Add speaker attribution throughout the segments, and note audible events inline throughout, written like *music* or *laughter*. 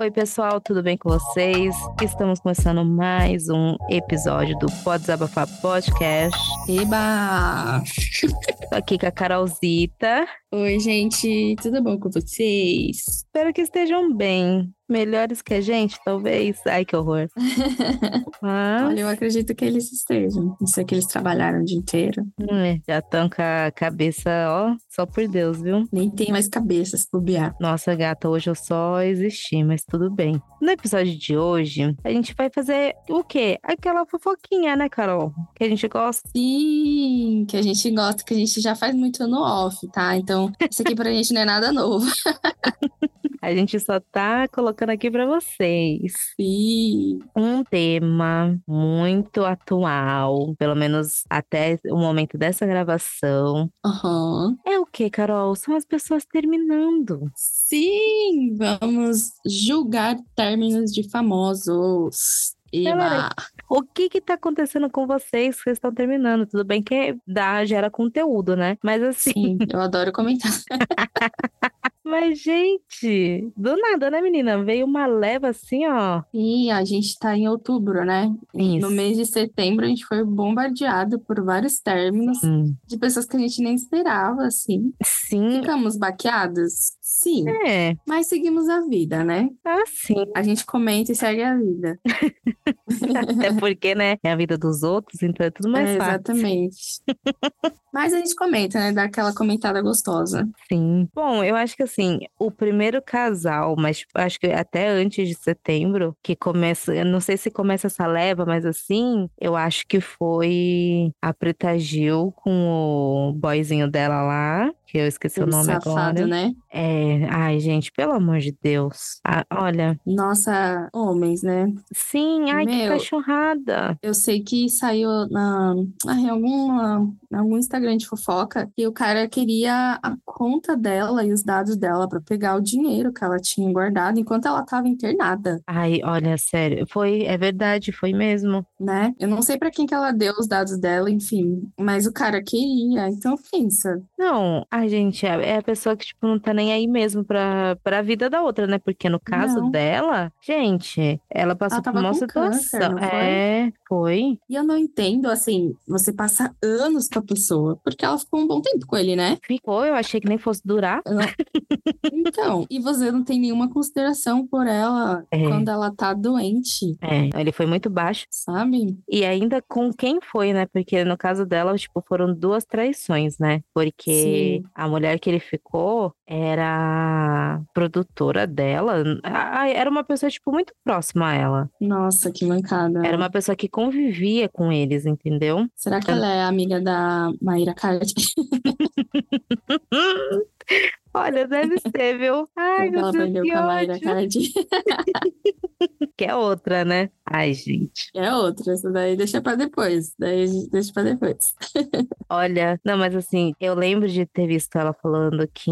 Speaker 1: Oi, pessoal, tudo bem com vocês? Estamos começando mais um episódio do Pode Desabafar Podcast.
Speaker 2: Eba!
Speaker 1: Tô aqui com a Carolzita.
Speaker 2: Oi, gente, tudo bom com vocês?
Speaker 1: Espero que estejam bem. Melhores que a gente, talvez. Ai, que horror. Mas,
Speaker 2: Olha, eu acredito que eles estejam. Não sei que eles trabalharam o dia inteiro.
Speaker 1: é, já estão com a cabeça, ó, só por Deus, viu?
Speaker 2: Nem tem mais cabeça se bobear.
Speaker 1: Nossa, gata, hoje eu só existi, mas tudo bem. No episódio de hoje, a gente vai fazer o quê? Aquela fofoquinha, né, Carol? Que a gente gosta.
Speaker 2: Sim, que a gente gosta, que a gente já faz muito no off, tá? Então, isso aqui pra gente não é nada novo.
Speaker 1: A gente só tá colocando aqui pra vocês.
Speaker 2: *laughs* Sim.
Speaker 1: um tema muito atual, pelo menos até o momento dessa gravação.
Speaker 2: Aham.
Speaker 1: É o que, Carol? São as pessoas terminando.
Speaker 2: Sim, vamos julgar términos de famosos. Eba!
Speaker 1: Galera, O que que tá acontecendo com vocês que vocês estão terminando? Tudo bem que dá, gera conteúdo, né? Mas assim, *laughs*
Speaker 2: Sim, eu adoro comentar.
Speaker 1: mas gente, do nada, né, menina? Veio uma leva assim, ó.
Speaker 2: E a gente tá em outubro, né? No
Speaker 1: Isso.
Speaker 2: mês de setembro, a gente foi bombardeado por vários términos
Speaker 1: Hum,
Speaker 2: de pessoas que a gente nem esperava, assim.
Speaker 1: Sim,
Speaker 2: Ficamos baqueados? Sim,
Speaker 1: é.
Speaker 2: mas seguimos a vida, né?
Speaker 1: Assim.
Speaker 2: A gente comenta e segue a vida.
Speaker 1: Até porque, né? É a vida dos outros, então é tudo mais
Speaker 2: É,
Speaker 1: fácil.
Speaker 2: exatamente.
Speaker 1: *laughs*
Speaker 2: mas a gente comenta, né? Dá aquela comentada gostosa.
Speaker 1: Sim. Bom, eu acho que assim, o primeiro casal, mas tipo, acho que até antes de setembro, que começa, eu não sei se começa essa leva, mas assim, eu acho que foi a Preta Gil com o boyzinho dela lá, que eu esqueci o
Speaker 2: Aquele
Speaker 1: nome
Speaker 2: safado,
Speaker 1: agora.
Speaker 2: né?
Speaker 1: É, ai, gente, pelo amor de Deus. Ah, olha,
Speaker 2: Nossa, homens, né?
Speaker 1: sim, ai, que
Speaker 2: Meu.
Speaker 1: cachorrada.
Speaker 2: Eu sei que saiu na, ah, em alguma, em algum Instagram de fofoca que o cara queria a conta dela e os dados dela para pegar o dinheiro que ela tinha guardado enquanto ela estava internada,
Speaker 1: Ai, olha, sério, foi, é verdade, foi mesmo.
Speaker 2: né? Eu não sei para quem que ela deu os dados dela, enfim, mas o cara queria, então pensa.
Speaker 1: Não, a gente é é a pessoa que, tipo, não tá nem aí mesmo pra, pra vida da outra, né? Porque no caso
Speaker 2: Não.
Speaker 1: dela, gente, ela passou por
Speaker 2: tava
Speaker 1: uma
Speaker 2: com
Speaker 1: situação.
Speaker 2: câncer, não foi?
Speaker 1: É, foi.
Speaker 2: E eu não entendo, assim, você passa anos com a pessoa, porque ela ficou um bom tempo com ele, né?
Speaker 1: Ficou, eu achei que nem fosse durar.
Speaker 2: Então, e você não tem nenhuma consideração por ela
Speaker 1: É.
Speaker 2: quando ela tá doente,
Speaker 1: É, ele foi muito baixo.
Speaker 2: sabe?
Speaker 1: E ainda com quem foi, né? Porque no caso dela, tipo, foram duas traições, né? Porque
Speaker 2: Sim.
Speaker 1: a mulher que ele ficou era produtora dela. Ah, Era uma pessoa, tipo, muito próxima a ela.
Speaker 2: Nossa, que mancada.
Speaker 1: Era uma pessoa que convivia com eles, entendeu?
Speaker 2: Será que
Speaker 1: Eu-
Speaker 2: ela é amiga da Maíra *laughs* Cardi?
Speaker 1: Olha, deve ser, viu? Ai,
Speaker 2: Será que é.
Speaker 1: meu Deus,
Speaker 2: ela aprendeu
Speaker 1: que
Speaker 2: com a Maíra
Speaker 1: ódio.
Speaker 2: Cardi?
Speaker 1: Que é outra, né? Ai, gente.
Speaker 2: *laughs* É outra, essa daí deixa pra depois. Daí a gente deixa pra depois.
Speaker 1: Olha, não, mas assim, eu lembro de ter visto ela falando que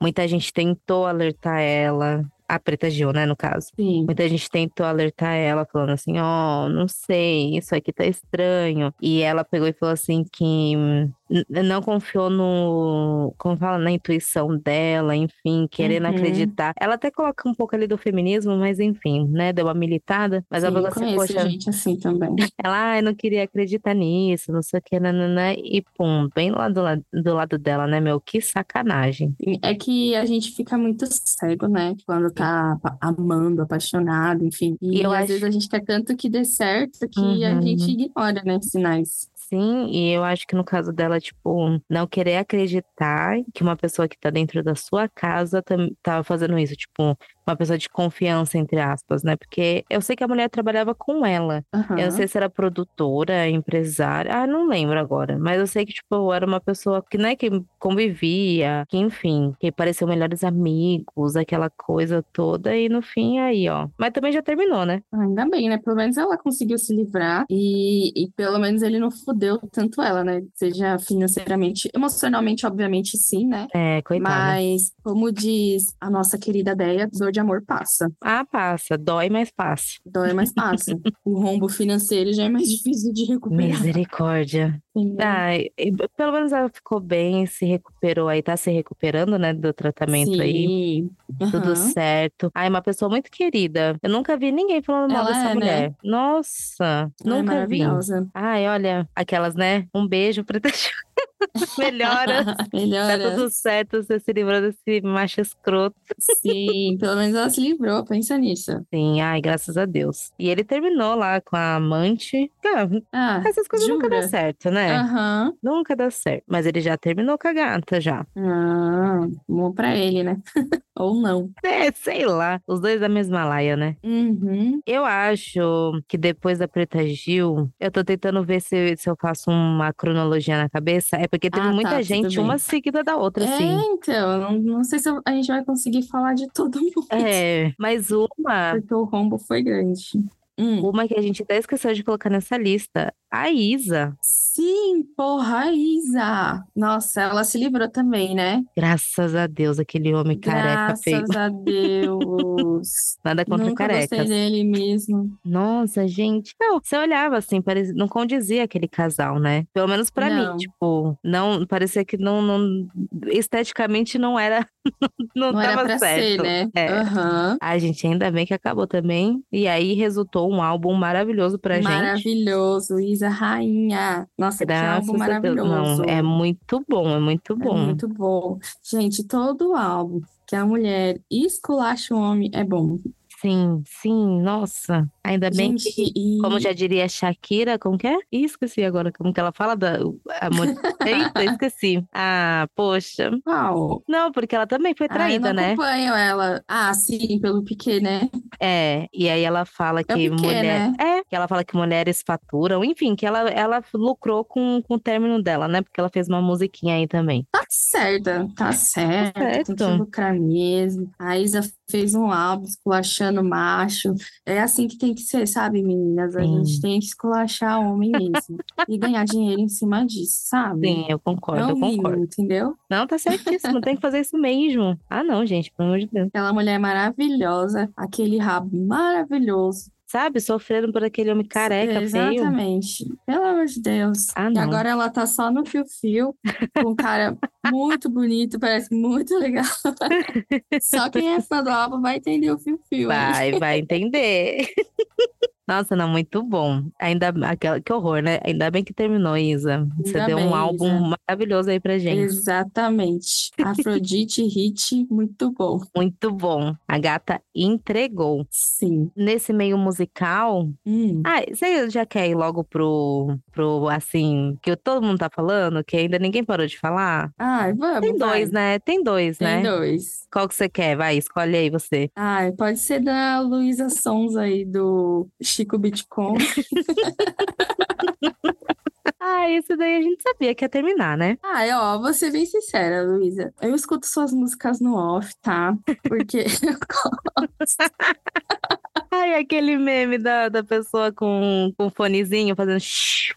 Speaker 1: muita gente tentou alertar ela. A Preta Gil, né, no caso.
Speaker 2: Sim.
Speaker 1: Muita gente tentou alertar ela, falando assim, ó, não sei, isso aqui tá estranho. E ela pegou e falou assim que hum, n- não confiou no, como fala, na intuição dela, enfim, querendo
Speaker 2: Uhum.
Speaker 1: acreditar. Ela até coloca um pouco ali do feminismo, mas enfim, né, deu uma militada. Mas ela
Speaker 2: Sim,
Speaker 1: falou assim,
Speaker 2: conheço
Speaker 1: poxa,
Speaker 2: gente assim também.
Speaker 1: ela, ai, não queria acreditar nisso, não sei o que, nananã. E pum, bem lá do, la- do lado dela, né, meu, que sacanagem.
Speaker 2: É que a gente fica muito cego, né? Quando tá apa- amando, apaixonado, enfim.
Speaker 1: E
Speaker 2: E
Speaker 1: eu
Speaker 2: às
Speaker 1: acho-
Speaker 2: vezes a gente quer tanto que dê certo que a
Speaker 1: Uhum.
Speaker 2: gente ignora, né? Sinais.
Speaker 1: Sim, e eu acho que no caso dela, tipo, não querer acreditar que uma pessoa que tá dentro da sua casa tam- tava fazendo isso, tipo, uma pessoa de confiança, entre aspas, né? Porque eu sei que a mulher trabalhava com ela. Eu
Speaker 2: Aham.
Speaker 1: não sei se era produtora, empresária, ah, não lembro agora. Mas eu sei que, tipo, era uma pessoa que, né, que convivia, que, enfim, que pareciam melhores amigos, aquela coisa toda, e no fim, aí, ó. Mas também já terminou, né?
Speaker 2: Ainda bem, né? Pelo menos ela conseguiu se livrar e, e pelo menos ele não fudeu tanto ela, né? Seja financeiramente, emocionalmente, obviamente, sim, né?
Speaker 1: É, coitada.
Speaker 2: Mas, como diz a nossa querida Deia, dor de amor passa.
Speaker 1: Ah, passa, dói, mas passa. *laughs*
Speaker 2: Dói, mas passa. o rombo financeiro já é mais difícil de recuperar.
Speaker 1: Misericórdia.
Speaker 2: Sim.
Speaker 1: Ah, e- e pelo menos ela ficou bem, se recuperou aí, tá se recuperando, né, do tratamento aí.
Speaker 2: Sim.
Speaker 1: Tudo
Speaker 2: Aham.
Speaker 1: certo. Ai, uma pessoa muito querida. Eu nunca vi ninguém falando mal
Speaker 2: Ela
Speaker 1: dessa
Speaker 2: é, né?
Speaker 1: mulher. Nossa,
Speaker 2: Ela
Speaker 1: nunca
Speaker 2: é
Speaker 1: vi.
Speaker 2: maravilhosa.
Speaker 1: Ai, olha, aquelas, né? Um beijo, preta. *laughs*
Speaker 2: *laughs*
Speaker 1: Melhora. *laughs* Tá
Speaker 2: Melhora.
Speaker 1: tudo certo, você se livrou desse macho escroto.
Speaker 2: Sim, pelo menos ela se livrou, pensa nisso.
Speaker 1: Sim, ai, graças a Deus. E ele terminou lá com a amante. Cara,
Speaker 2: Ah,
Speaker 1: essas coisas nunca dão
Speaker 2: jura? Ah.
Speaker 1: certo, né?
Speaker 2: aham.
Speaker 1: Nunca dá certo. Mas ele já terminou com a gata, já.
Speaker 2: Ah, bom pra ele, né? *laughs* Ou não.
Speaker 1: É, sei lá. Os dois da mesma laia, né?
Speaker 2: Uhum.
Speaker 1: Eu acho que depois da Preta Gil, eu tô tentando ver se, se eu faço uma cronologia na cabeça. É porque teve
Speaker 2: Ah, tá,
Speaker 1: muita
Speaker 2: tudo
Speaker 1: gente,
Speaker 2: bem.
Speaker 1: uma seguida da outra,
Speaker 2: É,
Speaker 1: assim.
Speaker 2: então, não, não sei se eu- a gente vai conseguir falar de todo *laughs* mundo,
Speaker 1: É, mas uma
Speaker 2: porque o rombo foi grande. Hum.
Speaker 1: Uma que a gente até esqueceu de colocar nessa lista. A Isa.
Speaker 2: Sim, porra, a Isa! Nossa, ela se livrou também, né?
Speaker 1: Graças a Deus, aquele homem careca feio.
Speaker 2: Graças a Deus.
Speaker 1: Nada contra
Speaker 2: Nunca
Speaker 1: carecas.
Speaker 2: gostei dele mesmo.
Speaker 1: Nossa, gente. Não, você olhava assim, parecia, não condizia aquele casal, né? Pelo menos pra
Speaker 2: Não.
Speaker 1: mim, tipo, não, parecia que não, não esteticamente não era *laughs* não,
Speaker 2: Não era
Speaker 1: tava
Speaker 2: pra
Speaker 1: certo.
Speaker 2: ser, né?
Speaker 1: É.
Speaker 2: Aham.
Speaker 1: A gente ainda bem que acabou também. E aí resultou um álbum maravilhoso pra gente.
Speaker 2: Maravilhoso, Isa Rainha. Nossa, que álbum
Speaker 1: Graças a Deus.
Speaker 2: maravilhoso.
Speaker 1: Não, é muito bom, é muito
Speaker 2: É
Speaker 1: bom.
Speaker 2: muito bom. Gente, todo álbum que a mulher esculacha o homem é bom.
Speaker 1: Sim, sim, nossa. Ainda bem
Speaker 2: Gente,
Speaker 1: que,
Speaker 2: e...
Speaker 1: como já diria a Shakira, como que é? Ih, esqueci agora como que ela fala da. A, mo- Eita, esqueci. Ah, poxa.
Speaker 2: Qual?
Speaker 1: Não, porque ela também foi
Speaker 2: Ah, eu
Speaker 1: traída,
Speaker 2: não
Speaker 1: né?
Speaker 2: acompanho ela. Ah, sim, pelo Piquet, né?
Speaker 1: É, e aí ela fala que
Speaker 2: Piquet,
Speaker 1: mulher.
Speaker 2: né?
Speaker 1: É, que ela fala que mulheres faturam, enfim, que ela, ela lucrou com, com o término dela, né? Porque ela fez uma musiquinha aí também.
Speaker 2: Tá certa, tá certa, tem que
Speaker 1: certo.
Speaker 2: lucrar mesmo. A Isa fez um álbum esculachando macho. É assim que tem que ser, sabe, meninas? A
Speaker 1: Sim.
Speaker 2: gente tem que esculachar homem
Speaker 1: *laughs*
Speaker 2: mesmo. e ganhar dinheiro em cima disso, sabe?
Speaker 1: Sim, eu concordo,
Speaker 2: é o
Speaker 1: eu
Speaker 2: mínimo,
Speaker 1: concordo.
Speaker 2: entendeu?
Speaker 1: Não, tá certíssimo, tem que fazer isso mesmo. Ah, não, gente, pelo amor de Deus.
Speaker 2: Aquela mulher maravilhosa, aquele rabo maravilhoso.
Speaker 1: Sabe, sofreram por aquele homem careca, feio.
Speaker 2: É, Exatamente. Pelo amor de Deus.
Speaker 1: Ah,
Speaker 2: e
Speaker 1: não.
Speaker 2: agora ela tá só no fio-fio, com um cara muito bonito, parece
Speaker 1: *laughs*
Speaker 2: muito legal. só quem é fã do álbum vai entender o fio-fio. hein?
Speaker 1: Vai, vai entender. *laughs* Nossa, não, muito bom. Ainda aquela que horror, né? Ainda bem que terminou, Isa. Você
Speaker 2: Ainda
Speaker 1: deu um
Speaker 2: bem,
Speaker 1: álbum
Speaker 2: Isa.
Speaker 1: maravilhoso aí pra gente.
Speaker 2: Exatamente. Afrodite Hit, muito bom.
Speaker 1: Muito bom. A gata entregou.
Speaker 2: Sim.
Speaker 1: Nesse meio musical.
Speaker 2: Hum.
Speaker 1: Ah, você já quer ir logo pro, pro assim, que todo mundo tá falando, que ainda ninguém parou de falar?
Speaker 2: Ai, vamos.
Speaker 1: Tem
Speaker 2: Tá vai.
Speaker 1: dois, né? Tem dois,
Speaker 2: Tem
Speaker 1: né?
Speaker 2: dois.
Speaker 1: Qual que você quer? Vai, escolhe aí você. *laughs*
Speaker 2: Ai, pode ser da Luísa Sons aí, do
Speaker 1: *laughs*
Speaker 2: Chico Bitcoin.
Speaker 1: Ah, esse daí a gente sabia que ia terminar, né?
Speaker 2: Ah, eu, ó, vou ser bem sincera, Luísa. Eu escuto suas músicas no off, tá? Porque eu gosto.
Speaker 1: Ai, aquele meme da, da pessoa com, com fonezinho fazendo. shhh.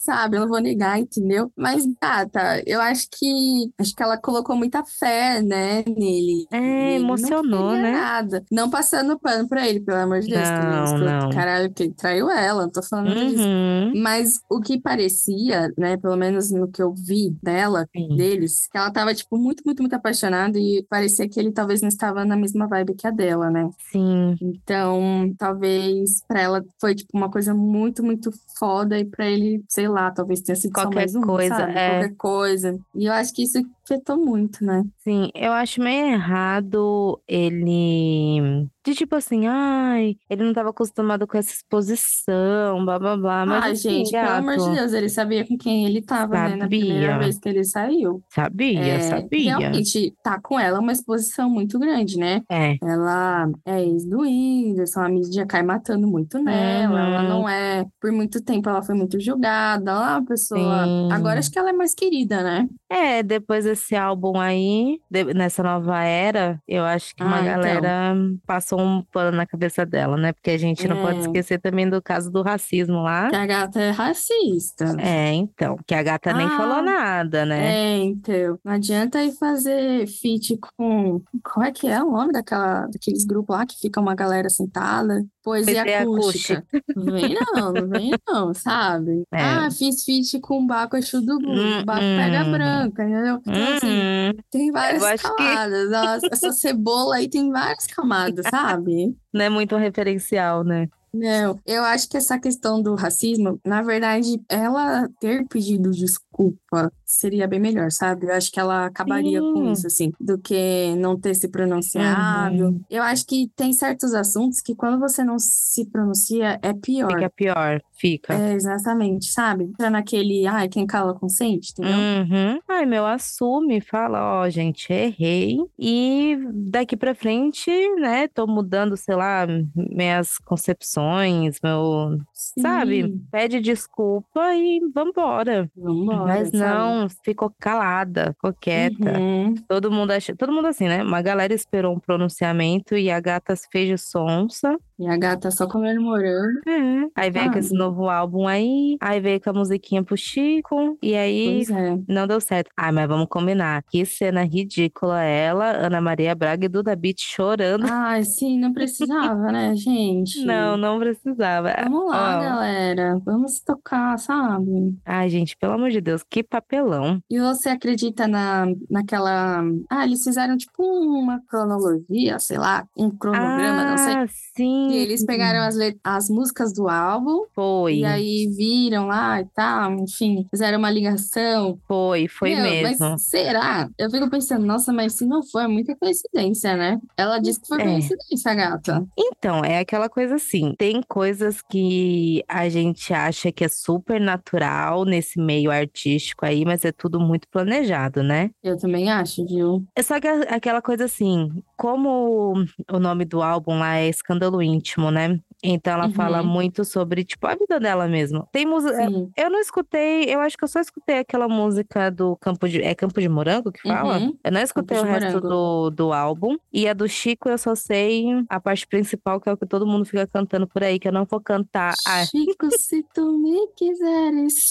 Speaker 2: Sabe, eu não vou negar, entendeu? Mas, gata, eu acho que acho que ela colocou muita fé, né, nele.
Speaker 1: É,
Speaker 2: E ele não
Speaker 1: emocionou,
Speaker 2: queria
Speaker 1: né?
Speaker 2: Nada. Não passando pano pra ele, pelo amor de Deus. que ele
Speaker 1: Não,
Speaker 2: escroto,
Speaker 1: não.
Speaker 2: Caralho, que ele traiu ela, não tô falando nada disso.
Speaker 1: Uhum.
Speaker 2: Mas o que parecia, né, pelo menos no que eu vi dela,
Speaker 1: Sim.
Speaker 2: deles, que ela tava, tipo, muito, muito, muito apaixonada e parecia que ele talvez não estava na mesma vibe que a dela, né?
Speaker 1: Sim.
Speaker 2: Então, talvez pra ela foi, tipo, uma coisa muito, muito foda e pra ele, sei lá, talvez tenha sido só
Speaker 1: Qualquer
Speaker 2: mais um,
Speaker 1: coisa,
Speaker 2: sabe?
Speaker 1: é.
Speaker 2: Qualquer coisa. E eu acho que isso afetou muito, né?
Speaker 1: Sim, eu acho meio errado ele. De tipo assim, ai, ele não tava acostumado com essa exposição, blá blá blá. Mas
Speaker 2: Ai,
Speaker 1: assim,
Speaker 2: gente, pelo amor de
Speaker 1: gato,
Speaker 2: Deus, ele sabia com quem ele tava, né? Na primeira
Speaker 1: Sabia.
Speaker 2: vez que ele saiu.
Speaker 1: Sabia,
Speaker 2: É,
Speaker 1: sabia.
Speaker 2: Realmente, tá com ela uma exposição muito grande, né?
Speaker 1: É.
Speaker 2: Ela é ex do Whindersson, a mídia cai matando muito nela, ela
Speaker 1: Uhum.
Speaker 2: não é. Por muito tempo ela foi muito julgada, ela é uma pessoa.
Speaker 1: Sim.
Speaker 2: Agora acho que ela é mais querida, né?
Speaker 1: É, depois desse álbum aí, de- nessa nova era, eu acho que uma
Speaker 2: Ah, então.
Speaker 1: galera passou um pano na cabeça dela, né? Porque a gente não pode
Speaker 2: É.
Speaker 1: esquecer também do caso do racismo lá.
Speaker 2: Que a gata é racista.
Speaker 1: É, então. Que a gata nem
Speaker 2: Ah,
Speaker 1: falou nada, né?
Speaker 2: É, então. Não adianta ir fazer feat com. Qual é que é o nome daquela, daqueles grupos lá que fica uma galera sentada? Poesia,
Speaker 1: Poesia
Speaker 2: acústica. Vem não, não vem não, sabe?
Speaker 1: *laughs* É.
Speaker 2: Ah, fiz feat com o Baco Exu do
Speaker 1: Hum,
Speaker 2: Gu, Baco Pega
Speaker 1: hum.
Speaker 2: Branca, entendeu? Então, assim,
Speaker 1: Hum,
Speaker 2: tem várias
Speaker 1: acho que-
Speaker 2: camadas. Nossa, Essa cebola aí tem várias camadas,
Speaker 1: *laughs*
Speaker 2: sabe?
Speaker 1: não é muito um referencial, né?
Speaker 2: Não, eu acho que essa questão do racismo, na verdade, ela ter pedido desculpa seria bem melhor, sabe? Eu acho que ela acabaria com
Speaker 1: Sim.
Speaker 2: isso, assim, do que não ter se pronunciado.
Speaker 1: Uhum.
Speaker 2: Eu acho que tem certos assuntos que quando você não se pronuncia é pior.
Speaker 1: Fica pior, fica.
Speaker 2: É, exatamente, sabe? Entra naquele, ai, quem cala consente, entendeu?
Speaker 1: Uhum. Ai, meu, assume, fala, ó, gente, errei. E daqui pra frente, né, tô mudando, sei lá, minhas concepções, meu. sabe?
Speaker 2: Sim,
Speaker 1: Pede desculpa e vambora.
Speaker 2: vambora,
Speaker 1: Mas
Speaker 2: sabe?
Speaker 1: não, ficou calada, ficou quieta.
Speaker 2: Uhum.
Speaker 1: Todo mundo acha, todo mundo assim, né? Uma galera esperou um pronunciamento e a gata se fez de sonsa.
Speaker 2: E a gata só comemorando.
Speaker 1: É. Aí veio com esse
Speaker 2: Sabe?
Speaker 1: novo álbum aí, aí veio com a musiquinha pro Chico, e aí
Speaker 2: Pois é.
Speaker 1: não deu certo. Ah, mas vamos combinar. Que cena ridícula ela, Ana Maria Braga e Duda Beat chorando.
Speaker 2: Ai, sim, não precisava, né, gente?
Speaker 1: Não, não precisava.
Speaker 2: Vamos lá,
Speaker 1: Ó.
Speaker 2: galera. Vamos se tocar, sabe?
Speaker 1: Ai, gente, pelo amor de Deus, que papelão.
Speaker 2: E você acredita na, naquela. Ah, eles fizeram tipo uma cronologia, sei lá, um cronograma, não sei.
Speaker 1: ah, sim.
Speaker 2: E eles pegaram as, let- as músicas do álbum
Speaker 1: Foi,
Speaker 2: e aí viram lá e tal, enfim, fizeram uma ligação.
Speaker 1: foi, foi
Speaker 2: Meu,
Speaker 1: mesmo.
Speaker 2: Mas será? Eu fico pensando, nossa, mas se não for, é muita coincidência, né? Ela disse que foi
Speaker 1: É.
Speaker 2: coincidência, gata.
Speaker 1: Então, é aquela coisa assim, tem coisas que a gente acha que é super natural nesse meio artístico aí, mas é tudo muito planejado, né?
Speaker 2: Eu também acho, viu?
Speaker 1: É só que a- aquela coisa assim, como o nome do álbum lá é Escândalo Íntimo, né? Então ela fala
Speaker 2: Uhum.
Speaker 1: muito sobre, tipo, a vida dela mesmo. Tem música.
Speaker 2: Sim.
Speaker 1: Eu não escutei, eu acho que eu só escutei aquela música do Campo de. É Campo de Morango que fala?
Speaker 2: Uhum.
Speaker 1: Eu não escutei o
Speaker 2: Campo de
Speaker 1: resto do, do álbum. E a do Chico eu só sei a parte principal, que é o que todo mundo fica cantando por aí, que eu não vou cantar. Ah,
Speaker 2: Chico, se tu me quiseres.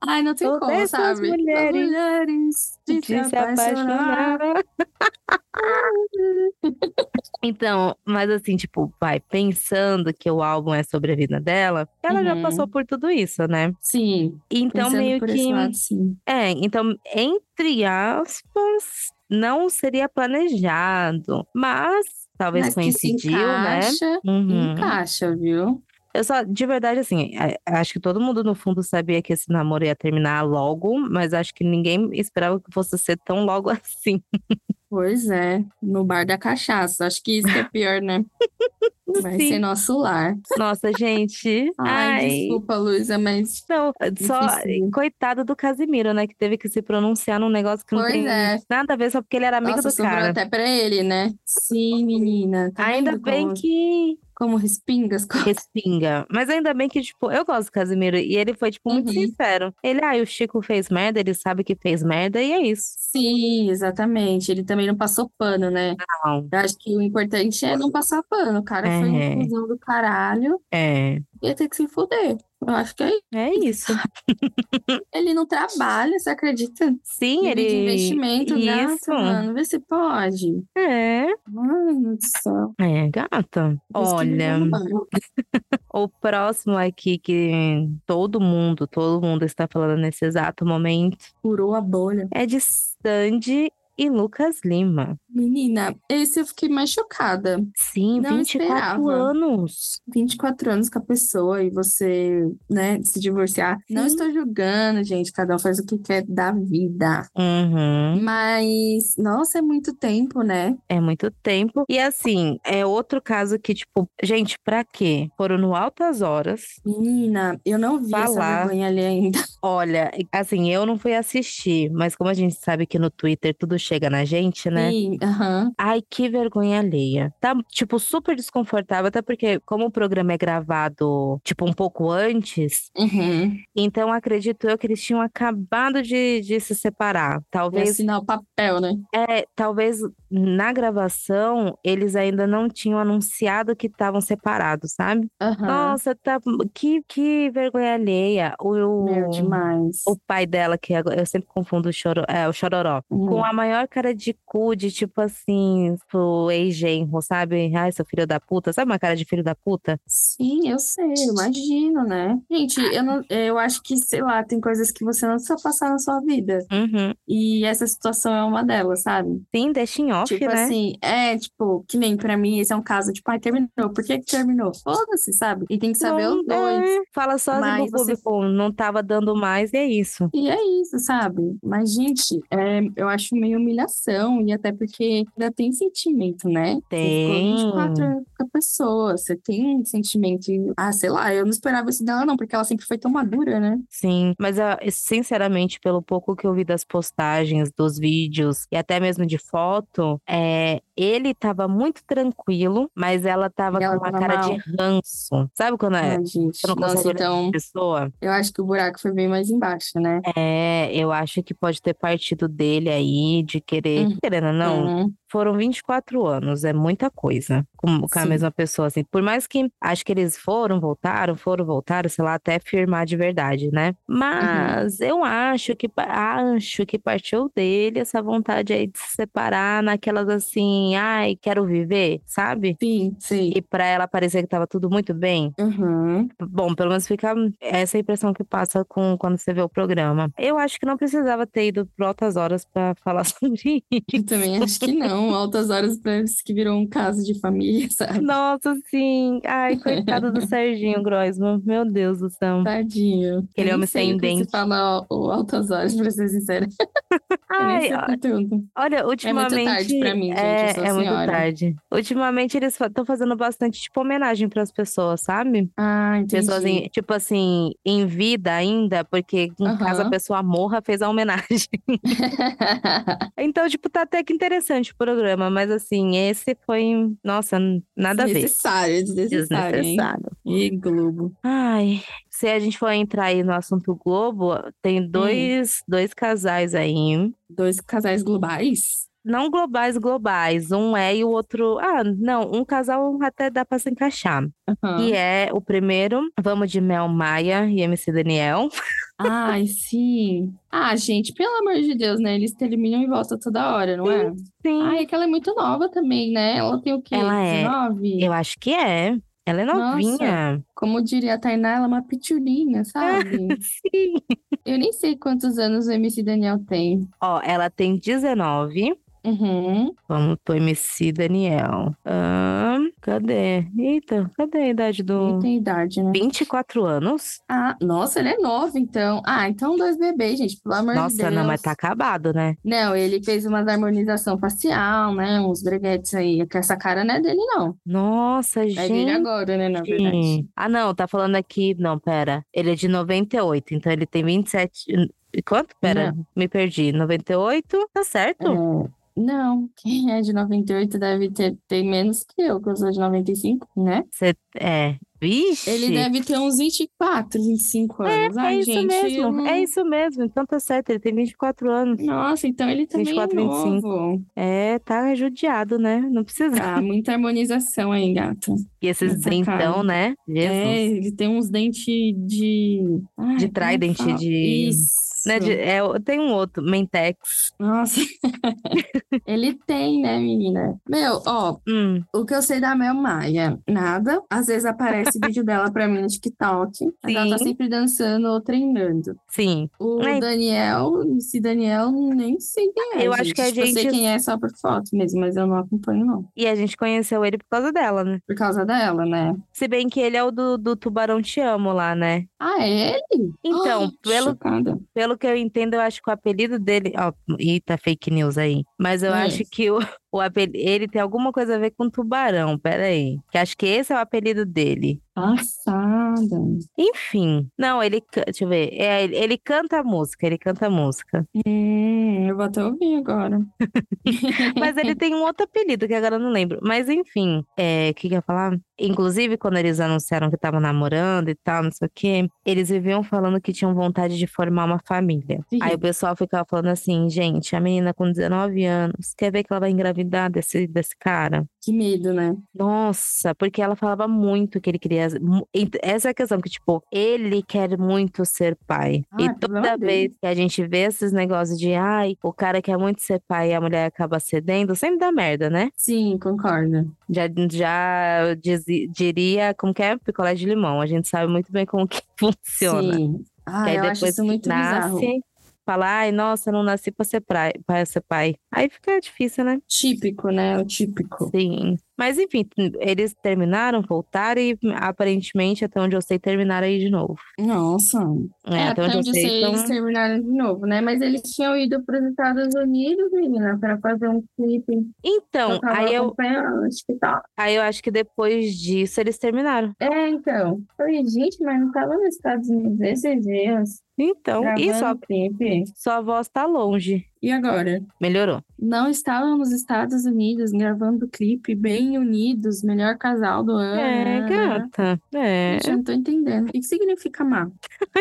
Speaker 2: Ai, não tem
Speaker 1: Todas
Speaker 2: como,
Speaker 1: as
Speaker 2: sabe? As
Speaker 1: mulheres
Speaker 2: mulheres de se apaixonar.
Speaker 1: *laughs* Então, mas assim, tipo, vai pensando que o álbum é sobre a vida dela, ela já
Speaker 2: Uhum.
Speaker 1: passou por tudo isso, né?
Speaker 2: Sim,
Speaker 1: Então,
Speaker 2: pensando
Speaker 1: meio
Speaker 2: por
Speaker 1: que.
Speaker 2: esse lado, sim.
Speaker 1: É, então, entre aspas, não seria planejado, mas talvez
Speaker 2: Mas que se
Speaker 1: coincidiu, né?
Speaker 2: encaixa,
Speaker 1: Uhum.
Speaker 2: encaixa, viu?
Speaker 1: Eu só, de verdade, assim, a- acho que todo mundo no fundo sabia que esse namoro ia terminar logo, mas acho que ninguém esperava que fosse ser tão logo *laughs* assim.
Speaker 2: Pois é, no bar da cachaça. Acho que isso que é pior,
Speaker 1: *laughs*
Speaker 2: né? Vai
Speaker 1: Sim.
Speaker 2: ser nosso lar.
Speaker 1: Nossa, gente.
Speaker 2: Ai, desculpa, Luísa, mas.
Speaker 1: Não, só
Speaker 2: Difícil.
Speaker 1: coitado do Casimiro, né? Que teve que se pronunciar num negócio que não
Speaker 2: Pois
Speaker 1: tem
Speaker 2: é.
Speaker 1: nada a ver, só porque ele era amigo
Speaker 2: Nossa,
Speaker 1: do
Speaker 2: sobrou
Speaker 1: cara.
Speaker 2: até pra ele, né? Sim, menina. Tá
Speaker 1: Ainda
Speaker 2: vendo
Speaker 1: bem
Speaker 2: como,
Speaker 1: que
Speaker 2: como respinga as coisas.
Speaker 1: respinga. Mas ainda bem que, tipo, eu gosto do Casimiro. E ele foi, tipo, muito
Speaker 2: Uhum.
Speaker 1: sincero. Ele, ah, o Chico fez merda, ele sabe que fez merda, e é isso.
Speaker 2: Sim, exatamente. Ele também não passou pano, né?
Speaker 1: Não,
Speaker 2: Eu acho que o importante é não passar pano. O cara foi
Speaker 1: É.
Speaker 2: um cuzão do caralho,
Speaker 1: é.
Speaker 2: ia ter que se fuder. Eu acho que é isso.
Speaker 1: É isso.
Speaker 2: Ele não trabalha, você acredita?
Speaker 1: Sim,
Speaker 2: Vive de
Speaker 1: ele.
Speaker 2: investimento, gata,
Speaker 1: Isso.
Speaker 2: mano. Vê se pode.
Speaker 1: É.
Speaker 2: Mano do céu.
Speaker 1: É, gata.
Speaker 2: Isso que é me
Speaker 1: Olha.
Speaker 2: derrubaram.
Speaker 1: O próximo aqui que todo mundo, todo mundo está falando nesse exato momento
Speaker 2: Furou a bolha.
Speaker 1: é de Sandy e Lucas Lima.
Speaker 2: Menina, esse eu fiquei mais chocada.
Speaker 1: Sim,
Speaker 2: Não
Speaker 1: 24
Speaker 2: esperava.
Speaker 1: anos.
Speaker 2: 24 anos com a pessoa e você, né, se divorciar.
Speaker 1: Sim.
Speaker 2: Não estou julgando, gente. Cada um faz o que quer da vida.
Speaker 1: Uhum.
Speaker 2: Mas, nossa, é muito tempo, né?
Speaker 1: É muito tempo. E assim, é outro caso que, tipo, gente, pra quê? Foram no altas horas.
Speaker 2: Menina, eu não vi essa
Speaker 1: Falar.
Speaker 2: vergonha ali ainda.
Speaker 1: Olha, assim, eu não fui assistir, mas como a gente sabe que no Twitter tudo chega na gente, né?
Speaker 2: Sim, *laughs* aham.
Speaker 1: Ai, que vergonha alheia. Tá, tipo, super desconfortável, até porque, como o programa é gravado, tipo, um pouco antes,
Speaker 2: Uhum.
Speaker 1: então acredito eu que eles tinham acabado de, de se separar.
Speaker 2: Vou
Speaker 1: Talvez,
Speaker 2: assinar o papel, né?
Speaker 1: é, talvez na gravação eles ainda não tinham anunciado que estavam separados, sabe?
Speaker 2: Aham.
Speaker 1: Nossa, tá, que, que vergonha alheia. O,
Speaker 2: Meu, demais.
Speaker 1: o pai dela, que agora- eu sempre confundo o, choro, é, o chororó
Speaker 2: Hum.
Speaker 1: com a maior cara de cu, de tipo, tipo assim, pro ex-genro, sabe? Ai, seu filho da puta. Sabe uma cara de filho da puta?
Speaker 2: Sim, eu sei, eu imagino, né? Gente, eu, não, eu acho que, sei lá, tem coisas que você não precisa passar na sua vida.
Speaker 1: Uhum.
Speaker 2: E essa situação é uma delas, sabe?
Speaker 1: Sim, deixa em off,
Speaker 2: Tipo
Speaker 1: né?
Speaker 2: assim, é, tipo, que nem pra mim, esse é um caso, tipo, ai, terminou, por que que terminou? Foda-se, sabe? E tem que saber
Speaker 1: Não,
Speaker 2: os dois.
Speaker 1: é, Fala sozinho
Speaker 2: Mas
Speaker 1: pro
Speaker 2: você-
Speaker 1: público, não tava dando mais, e é isso.
Speaker 2: E é isso, sabe? Mas, gente, é, eu acho meio humilhação, e até porque ainda tem sentimento, né?
Speaker 1: Tem.
Speaker 2: Você ficou 24 anos com a pessoa, você tem um sentimento. e- Ah, sei lá, eu não esperava isso dela, não, porque ela sempre foi tão madura, né?
Speaker 1: Sim, mas ah, sinceramente, pelo pouco que eu vi das postagens, dos vídeos e até mesmo de foto, é, ele tava muito tranquilo, mas ela tava
Speaker 2: E ela
Speaker 1: com uma
Speaker 2: tava
Speaker 1: cara
Speaker 2: mal.
Speaker 1: de ranço. Sabe quando é?
Speaker 2: Ai, gente,
Speaker 1: Você não
Speaker 2: nossa,
Speaker 1: consegue olhar pra
Speaker 2: então,
Speaker 1: pessoa?
Speaker 2: eu acho que o buraco foi bem mais embaixo, né?
Speaker 1: É, eu acho que pode ter partido dele aí, de querer.
Speaker 2: Uhum.
Speaker 1: Querendo ou não,
Speaker 2: Uhum.
Speaker 1: foram 24 anos, é muita coisa com, com a
Speaker 2: Sim.
Speaker 1: mesma pessoa, assim. Por mais que acho que eles foram, voltaram, foram, voltaram, sei lá, até firmar de verdade, né? Mas eu acho que pa- acho que partiu dele essa vontade aí de se separar naquelas assim, ai, quero viver, sabe?
Speaker 2: Sim, sim.
Speaker 1: E pra ela parecer que tava tudo muito bem.
Speaker 2: Uhum.
Speaker 1: Bom, pelo menos fica essa impressão que passa com quando você vê o programa. Eu acho que não precisava ter ido por altas horas pra *laughs* falar sobre
Speaker 2: Eu também acho que
Speaker 1: *laughs*
Speaker 2: não. Altas horas parece que virou um caso de família, *laughs* sabe?
Speaker 1: Nossa, sim. Ai, coitado do Serginho Groisman. Meu Deus do céu.
Speaker 2: Tadinho.
Speaker 1: Aquele
Speaker 2: Eu nem
Speaker 1: homem
Speaker 2: sei
Speaker 1: sem
Speaker 2: o que
Speaker 1: dente.
Speaker 2: Se fala o, o altas horas, pra ser sincera. Eu É nem
Speaker 1: Ai,
Speaker 2: sei
Speaker 1: ó,
Speaker 2: conteúdo.
Speaker 1: olha, ultimamente.
Speaker 2: pra mim, gente,
Speaker 1: É,
Speaker 2: eu sou
Speaker 1: é muito
Speaker 2: senhora.
Speaker 1: tarde. Ultimamente eles estão fazendo bastante, tipo, homenagem pras pessoas, sabe?
Speaker 2: Ah, entendi.
Speaker 1: Pessoas,
Speaker 2: *laughs*
Speaker 1: em- tipo assim, em vida ainda, porque em caso a
Speaker 2: Aham.
Speaker 1: pessoa morra, fez a homenagem. Então, tipo, tá até que interessante o programa, mas assim, esse foi. Nossa, n- nada a ver.
Speaker 2: Desnecessário, desnecessário, hein?
Speaker 1: Desnecessário.
Speaker 2: E Globo.
Speaker 1: Ai, se a gente for entrar aí no assunto Globo, tem
Speaker 2: Hum.
Speaker 1: dois, dois casais aí.
Speaker 2: Dois casais globais?
Speaker 1: Não globais, globais. Um é e o outro. Ah, não, um casal até dá pra se encaixar.
Speaker 2: Aham.
Speaker 1: Que é o primeiro, vamos de Mel Maia e MC Daniel.
Speaker 2: *laughs* Ai, sim. Ah, gente, pelo amor de Deus, né? Eles terminam e voltam toda hora, não é?
Speaker 1: Sim,
Speaker 2: Ai, é que ela é muito nova também, né? Ela tem o quê?
Speaker 1: Uhum. Ela é.
Speaker 2: 19?
Speaker 1: eu acho que é. Ela é
Speaker 2: Nossa.
Speaker 1: novinha.
Speaker 2: Como diria a Tainá, ela é uma pitulinha, sabe?
Speaker 1: *laughs* Sim.
Speaker 2: Eu nem sei quantos anos o MC Daniel tem.
Speaker 1: Ó, ela tem 19.
Speaker 2: Uhum.
Speaker 1: Vamos pro MC Daniel. Ahn, cadê? Eita, cadê a idade
Speaker 2: Ele
Speaker 1: do.
Speaker 2: tem idade, né?
Speaker 1: 24 anos?
Speaker 2: Ah, nossa, ele é novo, então. Ah, então dois bebês, gente, pelo amor de
Speaker 1: Nossa,
Speaker 2: Deus.
Speaker 1: não, mas tá acabado, né?
Speaker 2: Não, ele fez umas harmonização facial, né? Uns breguetes aí, que essa cara não é dele, não.
Speaker 1: Nossa,
Speaker 2: É
Speaker 1: gente.
Speaker 2: dele agora, né, na verdade.
Speaker 1: Ah, não, tá falando aqui. Não, pera. Ele é de 98, então ele tem 27. e hum, Quanto? Pera, me perdi. 98? Tá certo?
Speaker 2: É, Não, quem é de 98 deve ter, ter menos que eu, que eu sou de 95, né?
Speaker 1: Cê- É. Vixe!
Speaker 2: Ele deve ter uns 24, 25 anos.
Speaker 1: É
Speaker 2: Ai,
Speaker 1: isso
Speaker 2: gente,
Speaker 1: mesmo,
Speaker 2: eu não-
Speaker 1: é isso mesmo. Então tá certo, ele tem 24 anos.
Speaker 2: Nossa, então ele também é
Speaker 1: 24, 25.
Speaker 2: novo.
Speaker 1: É, tá judiado, né? Não precisa.
Speaker 2: Tá, muita harmonização aí, gato.
Speaker 1: E esses
Speaker 2: Tá caro.
Speaker 1: dentão, né?
Speaker 2: É,
Speaker 1: *laughs* Jesus.
Speaker 2: ele tem uns dentes de. Ai,
Speaker 1: De
Speaker 2: como é
Speaker 1: Trident,
Speaker 2: fala?
Speaker 1: de-
Speaker 2: Isso.
Speaker 1: Né, de- é, tem um outro, Mentex.
Speaker 2: Nossa. *laughs* ele tem, né, menina? Meu, ó,
Speaker 1: Hum,
Speaker 2: o que eu sei da Mel Maia, nada. Às vezes aparece
Speaker 1: *laughs*
Speaker 2: vídeo dela pra mim no TikTok. Mas ela tá
Speaker 1: Sim.
Speaker 2: sempre dançando ou treinando.
Speaker 1: sim.
Speaker 2: O
Speaker 1: Ai.
Speaker 2: Daniel, esse Daniel, nem sei quem é.
Speaker 1: Eu acho que a
Speaker 2: Tipo, Eu sei
Speaker 1: gente-
Speaker 2: quem é só por foto mesmo, mas eu não acompanho, não.
Speaker 1: E a gente conheceu ele por causa dela, né?
Speaker 2: Por causa dela, né?
Speaker 1: Se bem que ele é o do, do Tubarão Te Amo lá, né?
Speaker 2: Ah, é ele?
Speaker 1: Então,
Speaker 2: Ah,
Speaker 1: pelo,
Speaker 2: Chocada.
Speaker 1: pelo que eu entendo, eu acho que o apelido dele. Ó, eita, fake news aí. Mas eu
Speaker 2: Hum.
Speaker 1: acho que o, o apelido, ele tem alguma coisa a ver com tubarão, peraí. Que acho que esse é o apelido dele.
Speaker 2: Passada.
Speaker 1: Enfim. Não, ele. can- Deixa eu ver. É, ele, ele canta música, ele canta música.
Speaker 2: Hum,
Speaker 1: É.
Speaker 2: eu vou até ouvir agora.
Speaker 1: Mas ele tem um outro apelido que agora eu não lembro. Mas enfim, é, o que, que eu ia falar? Inclusive, quando eles anunciaram que estavam namorando e tal, não sei o quê, eles viviam falando que tinham vontade de formar uma família.
Speaker 2: Sim.
Speaker 1: Aí o pessoal ficava falando assim, gente, a menina com 19 anos, quer ver que ela vai engravidar? engravidar desse, desse cara.
Speaker 2: Que medo, né?
Speaker 1: Nossa, porque ela falava muito que ele queria. Essa é a questão, que, tipo, ele quer muito ser pai.
Speaker 2: Ah,
Speaker 1: e toda
Speaker 2: problema
Speaker 1: vez
Speaker 2: dele.
Speaker 1: que a gente vê esses negócios de ai, o cara quer muito ser pai e a mulher acaba cedendo, sempre dá merda, né?
Speaker 2: Sim, concordo.
Speaker 1: Já, já dizi- diria como que é picolé de limão. A gente sabe muito bem como que *laughs* funciona.
Speaker 2: Sim. Ah,
Speaker 1: Que aí
Speaker 2: eu acho
Speaker 1: depois
Speaker 2: isso muito bizarro.
Speaker 1: nasce, fala, ai, nossa, não nasci pra ser, pra, pra ser pai. Aí fica difícil, né?
Speaker 2: Típico, né? O típico.
Speaker 1: Sim. Mas enfim, eles terminaram, voltaram e aparentemente, até onde eu sei, terminaram aí de novo.
Speaker 2: Nossa.
Speaker 1: É,
Speaker 2: É,
Speaker 1: até
Speaker 2: até
Speaker 1: onde eu
Speaker 2: onde
Speaker 1: sei,
Speaker 2: sei,
Speaker 1: então-
Speaker 2: eles terminaram de novo, né? Mas eles tinham ido para os Estados Unidos, menina, para fazer um clipe.
Speaker 1: Então,
Speaker 2: eu tava
Speaker 1: aí eu,
Speaker 2: acompanhando, acho que tá.
Speaker 1: aí eu acho que depois disso eles terminaram.
Speaker 2: É, então. Falei, gente, mas não tava nos Estados Unidos esses dias.
Speaker 1: Então, e sua,
Speaker 2: gravando clipe.
Speaker 1: sua voz tá longe.
Speaker 2: E agora?
Speaker 1: Melhorou.
Speaker 2: Não estavam nos Estados Unidos gravando clipe, bem unidos, melhor casal do ano. né?
Speaker 1: É, gata. É,
Speaker 2: Gente, eu não tô entendendo. O que que significa amar?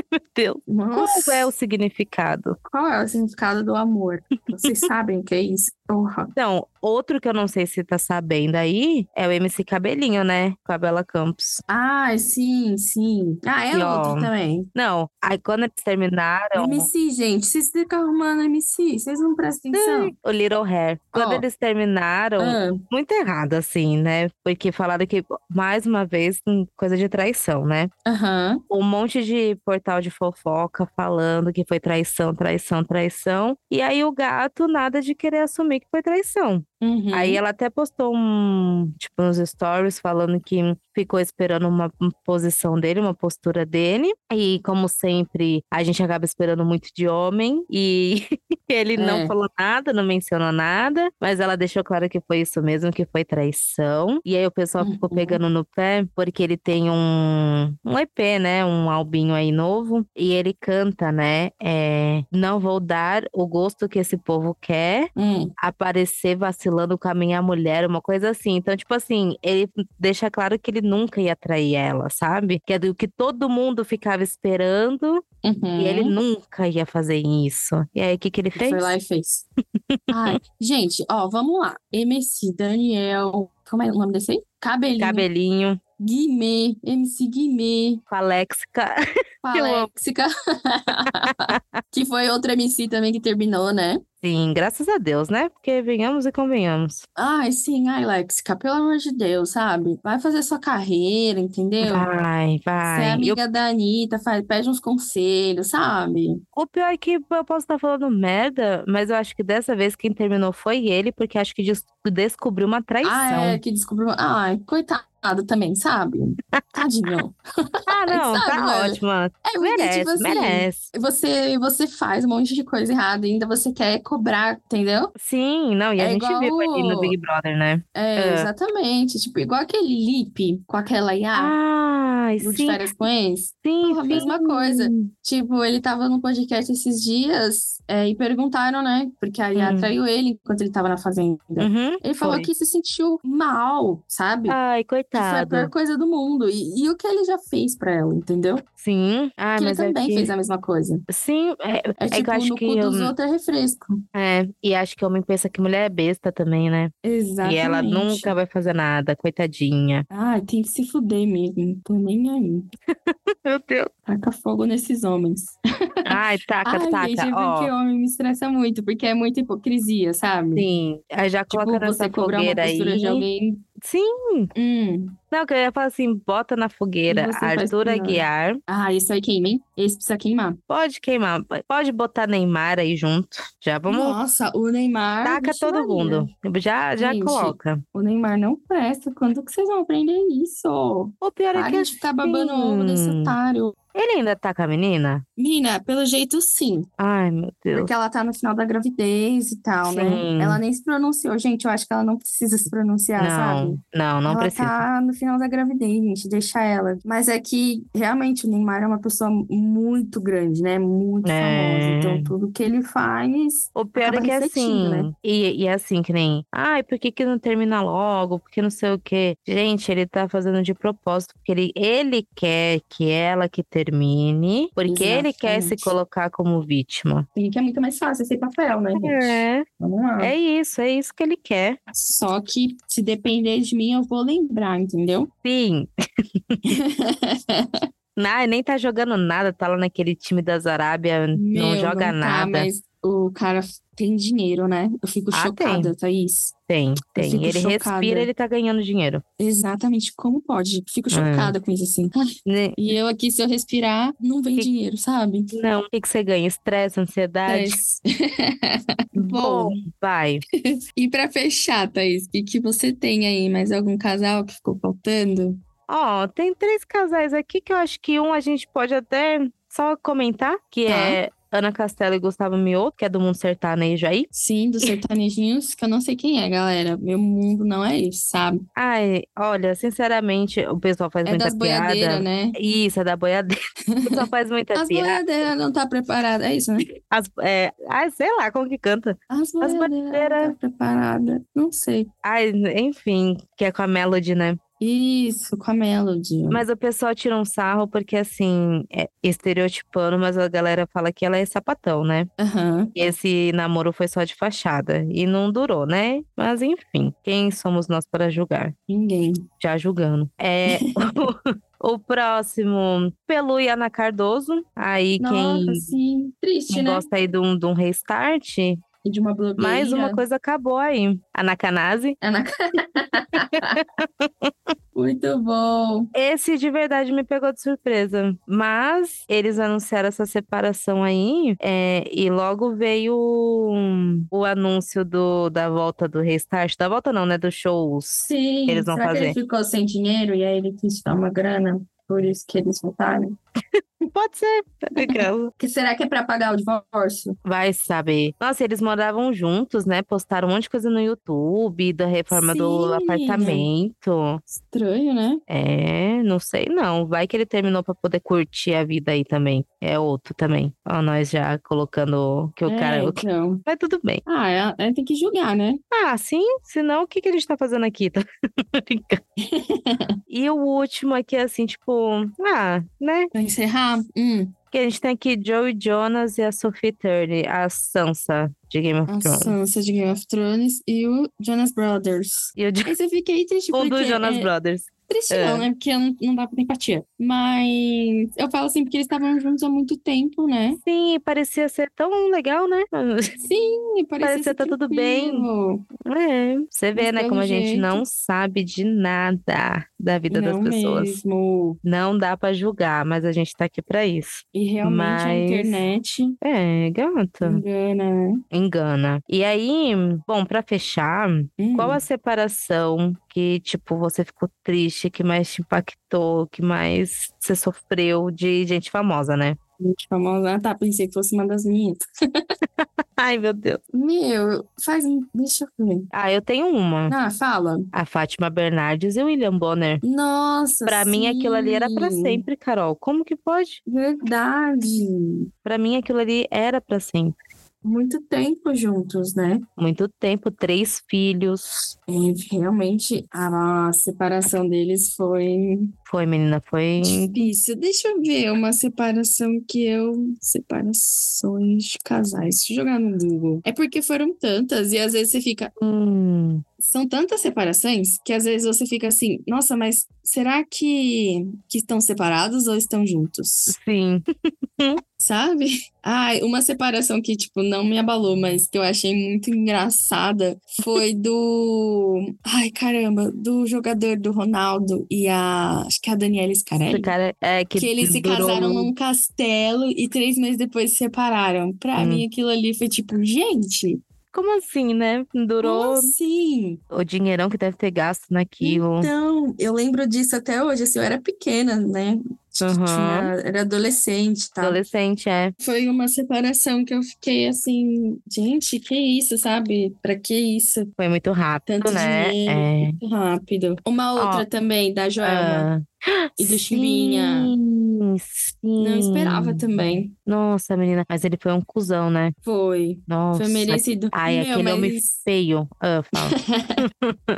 Speaker 1: meu Deus. Qual
Speaker 2: Nossa,
Speaker 1: é o significado?
Speaker 2: qual é o significado do amor?
Speaker 1: *laughs*
Speaker 2: Vocês sabem o que é isso? Porra.
Speaker 1: Então, outro que eu não sei se tá sabendo aí é o MC Cabelinho, né? Com a Bela Campos.
Speaker 2: Ah, sim, sim. Ah, é
Speaker 1: E, ó, é um
Speaker 2: outro também.
Speaker 1: Não, aí quando eles terminaram.
Speaker 2: MC, gente, vocês ficam arrumando MC, vocês não prestam atenção.
Speaker 1: O Little Hair. Quando
Speaker 2: Ó.
Speaker 1: eles terminaram,
Speaker 2: Ah,
Speaker 1: muito errado, assim, né? Porque falaram que, mais uma vez, hum, coisa de traição, né?
Speaker 2: Ah, Aham.
Speaker 1: um monte de portal de fofoca falando que foi traição, traição, traição. E aí o gato nada de querer assumir que foi traição.
Speaker 2: Uhum.
Speaker 1: Aí ela até postou um, tipo, uns stories falando que ficou esperando uma posição dele, uma postura dele. E como sempre, a gente acaba esperando muito de homem e *laughs* ele não
Speaker 2: É.
Speaker 1: falou nada, não mencionou nada, mas ela deixou claro que foi isso mesmo, que foi traição. E aí o pessoal ficou
Speaker 2: Uhum.
Speaker 1: pegando no pé porque ele tem um, um EP, né, um albinho aí novo, e ele canta, né, é, não vou dar o gosto que esse povo quer
Speaker 2: Hum.
Speaker 1: aparecer vacilando com a minha mulher, uma coisa assim. Então, tipo assim, ele deixa claro que ele nunca ia trair ela, sabe? Que é do que todo mundo ficava esperando
Speaker 2: Uhum.
Speaker 1: e ele nunca ia fazer isso. E aí, o que, que ele fez?
Speaker 2: Foi lá
Speaker 1: *laughs*
Speaker 2: e fez. Ai, gente, ó, vamos lá. MC Daniel. Como é o nome desse aí? Cabelinho.
Speaker 1: Cabelinho
Speaker 2: Guimê. MC Guimê.
Speaker 1: com a Lexica. Eu amo.
Speaker 2: Paléxica. *laughs* que foi outro MC também que terminou, né?
Speaker 1: *laughs* Sim, graças a Deus, né? Porque venhamos e convenhamos.
Speaker 2: Ai, sim, ai, Lexica, pelo amor de Deus, sabe? Vai fazer sua carreira, entendeu?
Speaker 1: Vai,
Speaker 2: Você é
Speaker 1: vai. E o,
Speaker 2: amiga da Anitta, faz, pede uns conselhos, sabe?
Speaker 1: o pior é que eu posso estar falando merda, mas eu acho que dessa vez quem terminou foi ele, porque acho que des- descobriu uma traição.
Speaker 2: Ah, é, que descobriu. Ai, coitado também, sabe? Tadinho.
Speaker 1: Ah, não,
Speaker 2: sabe,
Speaker 1: tá
Speaker 2: mano?
Speaker 1: ótima.
Speaker 2: É, porque,
Speaker 1: Merece,
Speaker 2: tipo assim,
Speaker 1: merece.
Speaker 2: Você, você faz um monte de coisa errada, ainda você quer cobrar, entendeu?
Speaker 1: Sim, não, e a
Speaker 2: É
Speaker 1: gente
Speaker 2: igual
Speaker 1: viu ali no
Speaker 2: o-
Speaker 1: Big Brother, né?
Speaker 2: É,
Speaker 1: É.
Speaker 2: exatamente. Tipo, igual aquele Lipe com aquela Yá,
Speaker 1: Ai,
Speaker 2: do De
Speaker 1: Ah, sim,
Speaker 2: Férias com Ex.
Speaker 1: sim,
Speaker 2: Ah, Porra, a mesma
Speaker 1: sim.
Speaker 2: coisa. Tipo, ele tava no podcast esses dias é, e perguntaram, né? Porque a Yara
Speaker 1: Hum.
Speaker 2: traiu ele enquanto ele tava na fazenda.
Speaker 1: Uhum,
Speaker 2: Ele falou
Speaker 1: foi.
Speaker 2: que se sentiu mal, sabe?
Speaker 1: Ai,
Speaker 2: Que foi a
Speaker 1: coitado.
Speaker 2: pior coisa do mundo. E, e o que ele já fez pra ela, entendeu?
Speaker 1: Sim. Ai,
Speaker 2: que ele
Speaker 1: mas é
Speaker 2: também
Speaker 1: que-
Speaker 2: fez a mesma coisa.
Speaker 1: Sim, é,
Speaker 2: É,
Speaker 1: que eu
Speaker 2: tipo,
Speaker 1: acho
Speaker 2: no
Speaker 1: que,
Speaker 2: cu dos
Speaker 1: hum,
Speaker 2: outros é refresco.
Speaker 1: é, e acho que homem pensa que mulher é besta também, né?
Speaker 2: Exatamente.
Speaker 1: E ela nunca vai fazer nada,
Speaker 2: *laughs*
Speaker 1: coitadinha.
Speaker 2: Ai, tem que se fuder mesmo. Tô nem aí.
Speaker 1: Meu Deus.
Speaker 2: Taca fogo nesses homens.
Speaker 1: Ai, taca,
Speaker 2: Ai,
Speaker 1: taca,
Speaker 2: gente, é
Speaker 1: ó.
Speaker 2: porque homem me estressa muito, porque é muita hipocrisia, sabe?
Speaker 1: Sim, aí já
Speaker 2: Tipo,
Speaker 1: coloca nessa
Speaker 2: você cobrar uma
Speaker 1: fogueira
Speaker 2: postura
Speaker 1: aí.
Speaker 2: de alguém
Speaker 1: Sim,
Speaker 2: Hum.
Speaker 1: não, que eu ia falar assim, bota na fogueira
Speaker 2: você faz
Speaker 1: Arthur
Speaker 2: pior.
Speaker 1: Aguiar,
Speaker 2: Ah, esse aí queima, hein? Esse precisa queimar.
Speaker 1: Pode queimar, pode botar Neymar aí junto. Já vamos,
Speaker 2: Nossa, o Neymar.
Speaker 1: taca
Speaker 2: vixe
Speaker 1: todo
Speaker 2: Maria.
Speaker 1: mundo. Já, já
Speaker 2: Gente.
Speaker 1: coloca.
Speaker 2: O Neymar não presta. Quando que vocês vão aprender isso?
Speaker 1: O pior é que
Speaker 2: Para de ficar babando o ovo desse
Speaker 1: assim,
Speaker 2: otário.
Speaker 1: ele ainda taca a menina?
Speaker 2: Mina, pelo jeito sim.
Speaker 1: Ai, meu Deus.
Speaker 2: Porque ela tá no final da gravidez e tal,
Speaker 1: Sim.
Speaker 2: né? Ela nem se pronunciou. Gente, eu acho que ela não precisa se pronunciar,
Speaker 1: não,
Speaker 2: sabe?
Speaker 1: não, não
Speaker 2: ela
Speaker 1: precisa.
Speaker 2: tá no final da gravidez, gente, deixa ela. Mas é que realmente o Neymar é uma pessoa muito grande, né? Muito
Speaker 1: É.
Speaker 2: famosa. Então tudo que ele faz.
Speaker 1: O pior é
Speaker 2: acaba
Speaker 1: que é assim,
Speaker 2: refletindo, né?
Speaker 1: e, e é assim que nem, ai, por que que não termina logo? Por que não sei o quê? Gente, ele tá fazendo de propósito, porque ele, ele quer que ela que termine, porque ele quer se
Speaker 2: Exatamente.
Speaker 1: colocar como vítima.
Speaker 2: E que é muito mais fácil esse papel, né, gente?
Speaker 1: É,
Speaker 2: Vamos lá.
Speaker 1: é isso, é isso que ele quer.
Speaker 2: Só que se depender de mim, eu vou lembrar, entendeu? *laughs*
Speaker 1: Sim. Não, nem tá jogando nada, tá lá naquele time das Arábia, não
Speaker 2: Meu,
Speaker 1: joga
Speaker 2: não tá,
Speaker 1: nada.
Speaker 2: mas o cara tem dinheiro, né? Eu fico
Speaker 1: Ah, tem.
Speaker 2: chocada, Thaís.
Speaker 1: Tem, tem.
Speaker 2: fico
Speaker 1: Ele
Speaker 2: chocada.
Speaker 1: respira, ele tá ganhando dinheiro.
Speaker 2: Exatamente como pode. Fico
Speaker 1: É.
Speaker 2: chocada com isso assim.
Speaker 1: Né?
Speaker 2: E eu aqui, se eu respirar, não vem
Speaker 1: Que-
Speaker 2: dinheiro, sabe?
Speaker 1: Não, o que, que você ganha? Estresse, ansiedade?
Speaker 2: Mas- *laughs* Bom.
Speaker 1: vai.
Speaker 2: E pra fechar, Thaís, o que, que você tem aí? Mais algum casal que ficou faltando?
Speaker 1: Ó, tem três casais aqui que eu acho que um a gente pode até só comentar, que
Speaker 2: Tá.
Speaker 1: é Ana Castela e Gustavo Mioto, que é do Mundo Sertanejo aí.
Speaker 2: Sim, dos sertanejinhos, que eu não sei quem é, galera. Meu mundo não é esse, sabe?
Speaker 1: Ai, olha, sinceramente, o pessoal faz
Speaker 2: É
Speaker 1: muita
Speaker 2: das boiadeiras,
Speaker 1: piada.
Speaker 2: né?
Speaker 1: Isso, é da boiadeira. *laughs* O pessoal faz muita
Speaker 2: As
Speaker 1: piada.
Speaker 2: boiadeiras não tá preparada, é isso, né?
Speaker 1: As, é, ah, sei lá como que canta.
Speaker 2: As boiadeiras não
Speaker 1: boiadeiras.
Speaker 2: tá preparada, não sei.
Speaker 1: Ai, enfim, que é com a Melody, né?
Speaker 2: Isso, com a Melody.
Speaker 1: Mas o pessoal tira um sarro porque, assim, é estereotipando, mas a galera fala que ela é sapatão, né?
Speaker 2: Aham.
Speaker 1: E esse namoro foi só de fachada e não durou, né? Mas enfim, quem somos nós para julgar?
Speaker 2: Ninguém.
Speaker 1: Já julgando. É. o, *laughs* o próximo, Pelu e Ana Cardoso. Aí quem.
Speaker 2: Nossa, sim. Triste,
Speaker 1: não
Speaker 2: né?
Speaker 1: Gosta aí de um, de um restart.
Speaker 2: E De uma blogueira.
Speaker 1: Mais uma coisa acabou aí. A Nakanase.
Speaker 2: Ana... Muito bom.
Speaker 1: Esse de verdade me pegou de surpresa. Mas eles anunciaram essa separação aí, é, e logo veio hum, o anúncio do, da volta do restart. Da volta não, né? Dos shows.
Speaker 2: Sim.
Speaker 1: Eles vão
Speaker 2: Será que
Speaker 1: fazer.
Speaker 2: ele ficou sem dinheiro e aí ele quis dar uma grana? Por isso que eles voltaram?
Speaker 1: Pode ser. tá ligado?
Speaker 2: Que será que é pra pagar o divórcio?
Speaker 1: Vai saber. Nossa, eles moravam juntos, né? Postaram um monte de coisa no YouTube da reforma do
Speaker 2: Sim.
Speaker 1: apartamento.
Speaker 2: Estranho, né?
Speaker 1: É, não sei não. Vai que ele terminou pra poder curtir a vida aí também. É outro também. Ó, nós já colocando que o cara. é o que-
Speaker 2: então.
Speaker 1: Mas tudo bem.
Speaker 2: Ah, ela, ela tem que julgar, né?
Speaker 1: Ah, sim? Senão, o que, que a gente tá fazendo aqui? *laughs* Tô
Speaker 2: *laughs*
Speaker 1: brincando. e o último aqui, assim, tipo, ah, né?
Speaker 2: Pra encerrar. Hum,
Speaker 1: Que a gente tem aqui Joey Jonas e a Sophie Turner, a Sansa de Game of
Speaker 2: a
Speaker 1: Thrones.
Speaker 2: Sansa de Game of Thrones e o Jonas Brothers.
Speaker 1: E o de...
Speaker 2: Mas eu fiquei triste
Speaker 1: um
Speaker 2: porque...
Speaker 1: dos Jonas
Speaker 2: é,
Speaker 1: Brothers.
Speaker 2: Triste
Speaker 1: É.
Speaker 2: não, né? Porque eu não, não dá pra ter empatia. Mas eu falo assim, porque eles estavam juntos há muito tempo, né?
Speaker 1: Sim, parecia ser tão legal, né? *laughs*
Speaker 2: Sim, parecia
Speaker 1: Parecia
Speaker 2: ser
Speaker 1: tá tudo bem.
Speaker 2: tranquilo.
Speaker 1: É, você vê,
Speaker 2: Mas
Speaker 1: né,
Speaker 2: pelo
Speaker 1: como a gente
Speaker 2: jeito-
Speaker 1: não sabe de nada da vida
Speaker 2: não
Speaker 1: das pessoas.
Speaker 2: mesmo.
Speaker 1: Não dá pra julgar, mas a gente tá aqui pra isso.
Speaker 2: E realmente a
Speaker 1: Mas-
Speaker 2: internet
Speaker 1: É, gata,
Speaker 2: engana, né?
Speaker 1: engana. E aí, bom, pra fechar,
Speaker 2: Hum.
Speaker 1: qual a separação que, tipo, você ficou triste, que mais te impactou, que mais você sofreu de gente famosa, né?
Speaker 2: Gente famosa. Ah, tá, pensei que fosse uma das minhas.
Speaker 1: Ai, meu Deus.
Speaker 2: Meu, faz um... Deixa eu ver.
Speaker 1: Ah, eu tenho uma.
Speaker 2: Ah, fala.
Speaker 1: A Fátima Bernardes e o William Bonner.
Speaker 2: Nossa,
Speaker 1: Pra mim, aquilo ali era pra
Speaker 2: sim.
Speaker 1: sempre, Carol. Como que pode?
Speaker 2: Verdade.
Speaker 1: Pra mim, aquilo ali era pra sempre.
Speaker 2: Muito tempo juntos, né?
Speaker 1: Muito tempo, três filhos.
Speaker 2: É, realmente, a separação deles foi
Speaker 1: Foi, menina, foi.
Speaker 2: difícil. Deixa eu ver uma separação que eu. Separações de casais. Deixa eu jogar no Google. É porque foram tantas, e às vezes você fica.
Speaker 1: Hum,
Speaker 2: São tantas separações que às vezes você fica assim, nossa, mas será que, que estão separados ou estão juntos?
Speaker 1: sim.
Speaker 2: Sabe? *laughs* Ai, uma separação que, tipo, não me abalou, mas que eu achei muito engraçada foi do. Ai, caramba, do jogador do Ronaldo e a. Acho que é a Daniela
Speaker 1: Esse
Speaker 2: Scarelli.
Speaker 1: cara é que,
Speaker 2: Que eles se
Speaker 1: durou
Speaker 2: casaram
Speaker 1: muito.
Speaker 2: num castelo e três meses depois se separaram. Pra
Speaker 1: Hum.
Speaker 2: mim, aquilo ali foi tipo, gente,
Speaker 1: Como assim, né?
Speaker 2: Como
Speaker 1: Durou
Speaker 2: assim?
Speaker 1: o dinheirão que deve ter gasto naquilo.
Speaker 2: Então, eu lembro disso até hoje, assim, eu era pequena, né? Tinha-
Speaker 1: Aham.
Speaker 2: era adolescente e tal.
Speaker 1: Adolescente, é.
Speaker 2: Foi uma separação que eu fiquei assim, gente, que isso, sabe? Pra que isso?
Speaker 1: Foi muito rápido,
Speaker 2: Tanto
Speaker 1: né?
Speaker 2: dinheiro.
Speaker 1: É.
Speaker 2: Muito Rápido. Uma outra também, da Joelma
Speaker 1: Ah.
Speaker 2: e do Chimbinha.
Speaker 1: Sim, sim.
Speaker 2: Não esperava
Speaker 1: hum.
Speaker 2: também.
Speaker 1: Nossa, menina, mas ele foi um cuzão, né?
Speaker 2: Foi.
Speaker 1: Nossa.
Speaker 2: Foi merecido.
Speaker 1: Ai,
Speaker 2: Meu,
Speaker 1: aquele homem
Speaker 2: mas
Speaker 1: feio. Ah, fala.
Speaker 2: *laughs*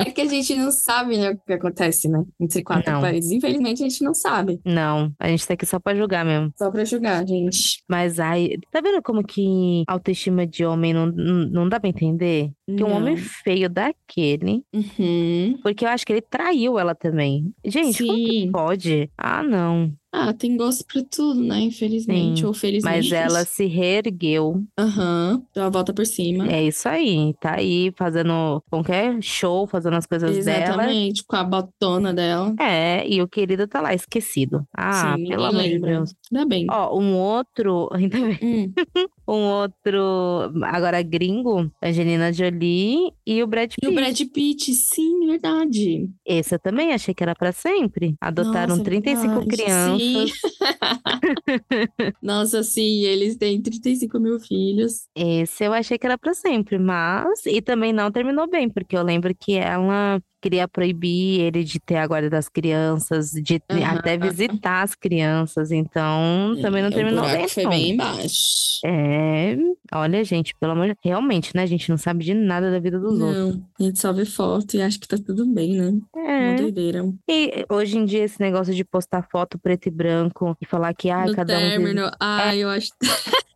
Speaker 2: é que a gente não sabe né, o que acontece, né? Entre quatro
Speaker 1: Não.
Speaker 2: países. Infelizmente, a gente não sabe.
Speaker 1: Não, a gente tá aqui só pra julgar mesmo.
Speaker 2: Só pra julgar, gente.
Speaker 1: Mas ai, tá vendo como que a autoestima de homem não, não, não dá pra entender? Que um
Speaker 2: Não.
Speaker 1: homem feio daquele,
Speaker 2: Uhum.
Speaker 1: porque eu acho que ele traiu ela também. Gente, como
Speaker 2: Sim.
Speaker 1: pode? Ah, não.
Speaker 2: Ah, tem gosto pra tudo, né? Infelizmente
Speaker 1: Sim,
Speaker 2: ou felizmente.
Speaker 1: Mas ela se reergueu.
Speaker 2: Aham. Deu a volta por cima.
Speaker 1: É isso aí. Tá aí fazendo qualquer show, fazendo as coisas dela.
Speaker 2: Exatamente, com a botona dela.
Speaker 1: É, e o querido tá lá esquecido. Ah,
Speaker 2: Sim,
Speaker 1: pelo
Speaker 2: ninguém
Speaker 1: amor de
Speaker 2: lembra.
Speaker 1: Deus.
Speaker 2: Ainda bem.
Speaker 1: Ó, um outro, *laughs* ainda bem,
Speaker 2: Hum,
Speaker 1: um outro, agora gringo, Angelina Jolie e o Brad
Speaker 2: E
Speaker 1: Pitt.
Speaker 2: o Brad Pitt, sim, verdade.
Speaker 1: Esse eu também achei que era pra sempre. Adotaram
Speaker 2: Nossa, é
Speaker 1: 35
Speaker 2: verdade,
Speaker 1: crianças.
Speaker 2: sim. *laughs* Nossa, sim, eles têm 35 mil filhos.
Speaker 1: Esse eu achei que era pra sempre, mas e também não terminou bem, porque eu lembro que ela queria proibir ele de ter a guarda das crianças, de te-
Speaker 2: Aham.
Speaker 1: até visitar as crianças, então também não
Speaker 2: É,
Speaker 1: terminou
Speaker 2: o buraco
Speaker 1: bem.
Speaker 2: foi
Speaker 1: não.
Speaker 2: bem embaixo.
Speaker 1: É, olha, gente, pelo amor de realmente, né? A gente não sabe de nada da vida dos outros.
Speaker 2: Não, a gente só vê foto e acha que tá tudo bem, né? Uma
Speaker 1: É.
Speaker 2: doideira. Um
Speaker 1: E hoje em dia esse negócio de postar foto preto e branco e falar que ai,
Speaker 2: no
Speaker 1: cada um teve
Speaker 2: término, ai, eu acho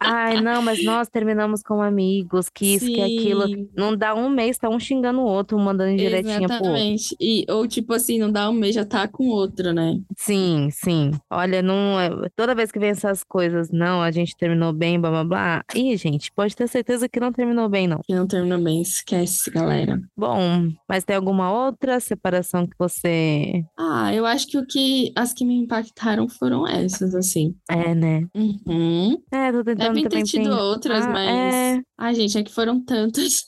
Speaker 1: Ai, não, mas nós terminamos como amigos, que isso, que é aquilo.
Speaker 2: Sim,
Speaker 1: Não dá um mês, tá um xingando o outro, um mandando indiretinha pro outro.
Speaker 2: Exatamente. E, ou tipo assim, não dá um mês, já tá com outro, né?
Speaker 1: Sim, sim. Olha, não é- toda vez que vem essas coisas, não, a gente terminou bem, blá blá blá. Ih, gente, pode ter certeza que não terminou bem, não.
Speaker 2: Que não terminou bem, esquece, galera.
Speaker 1: Bom, mas tem alguma outra separação que você.
Speaker 2: Ah, eu acho que o que as que me impactaram foram essas, assim.
Speaker 1: É, né?
Speaker 2: Uhum.
Speaker 1: É, tô tentando
Speaker 2: Devem ter
Speaker 1: também
Speaker 2: tido
Speaker 1: pensar.
Speaker 2: outras,
Speaker 1: Ah,
Speaker 2: mas.
Speaker 1: é.
Speaker 2: Ai, gente, é que foram tantas.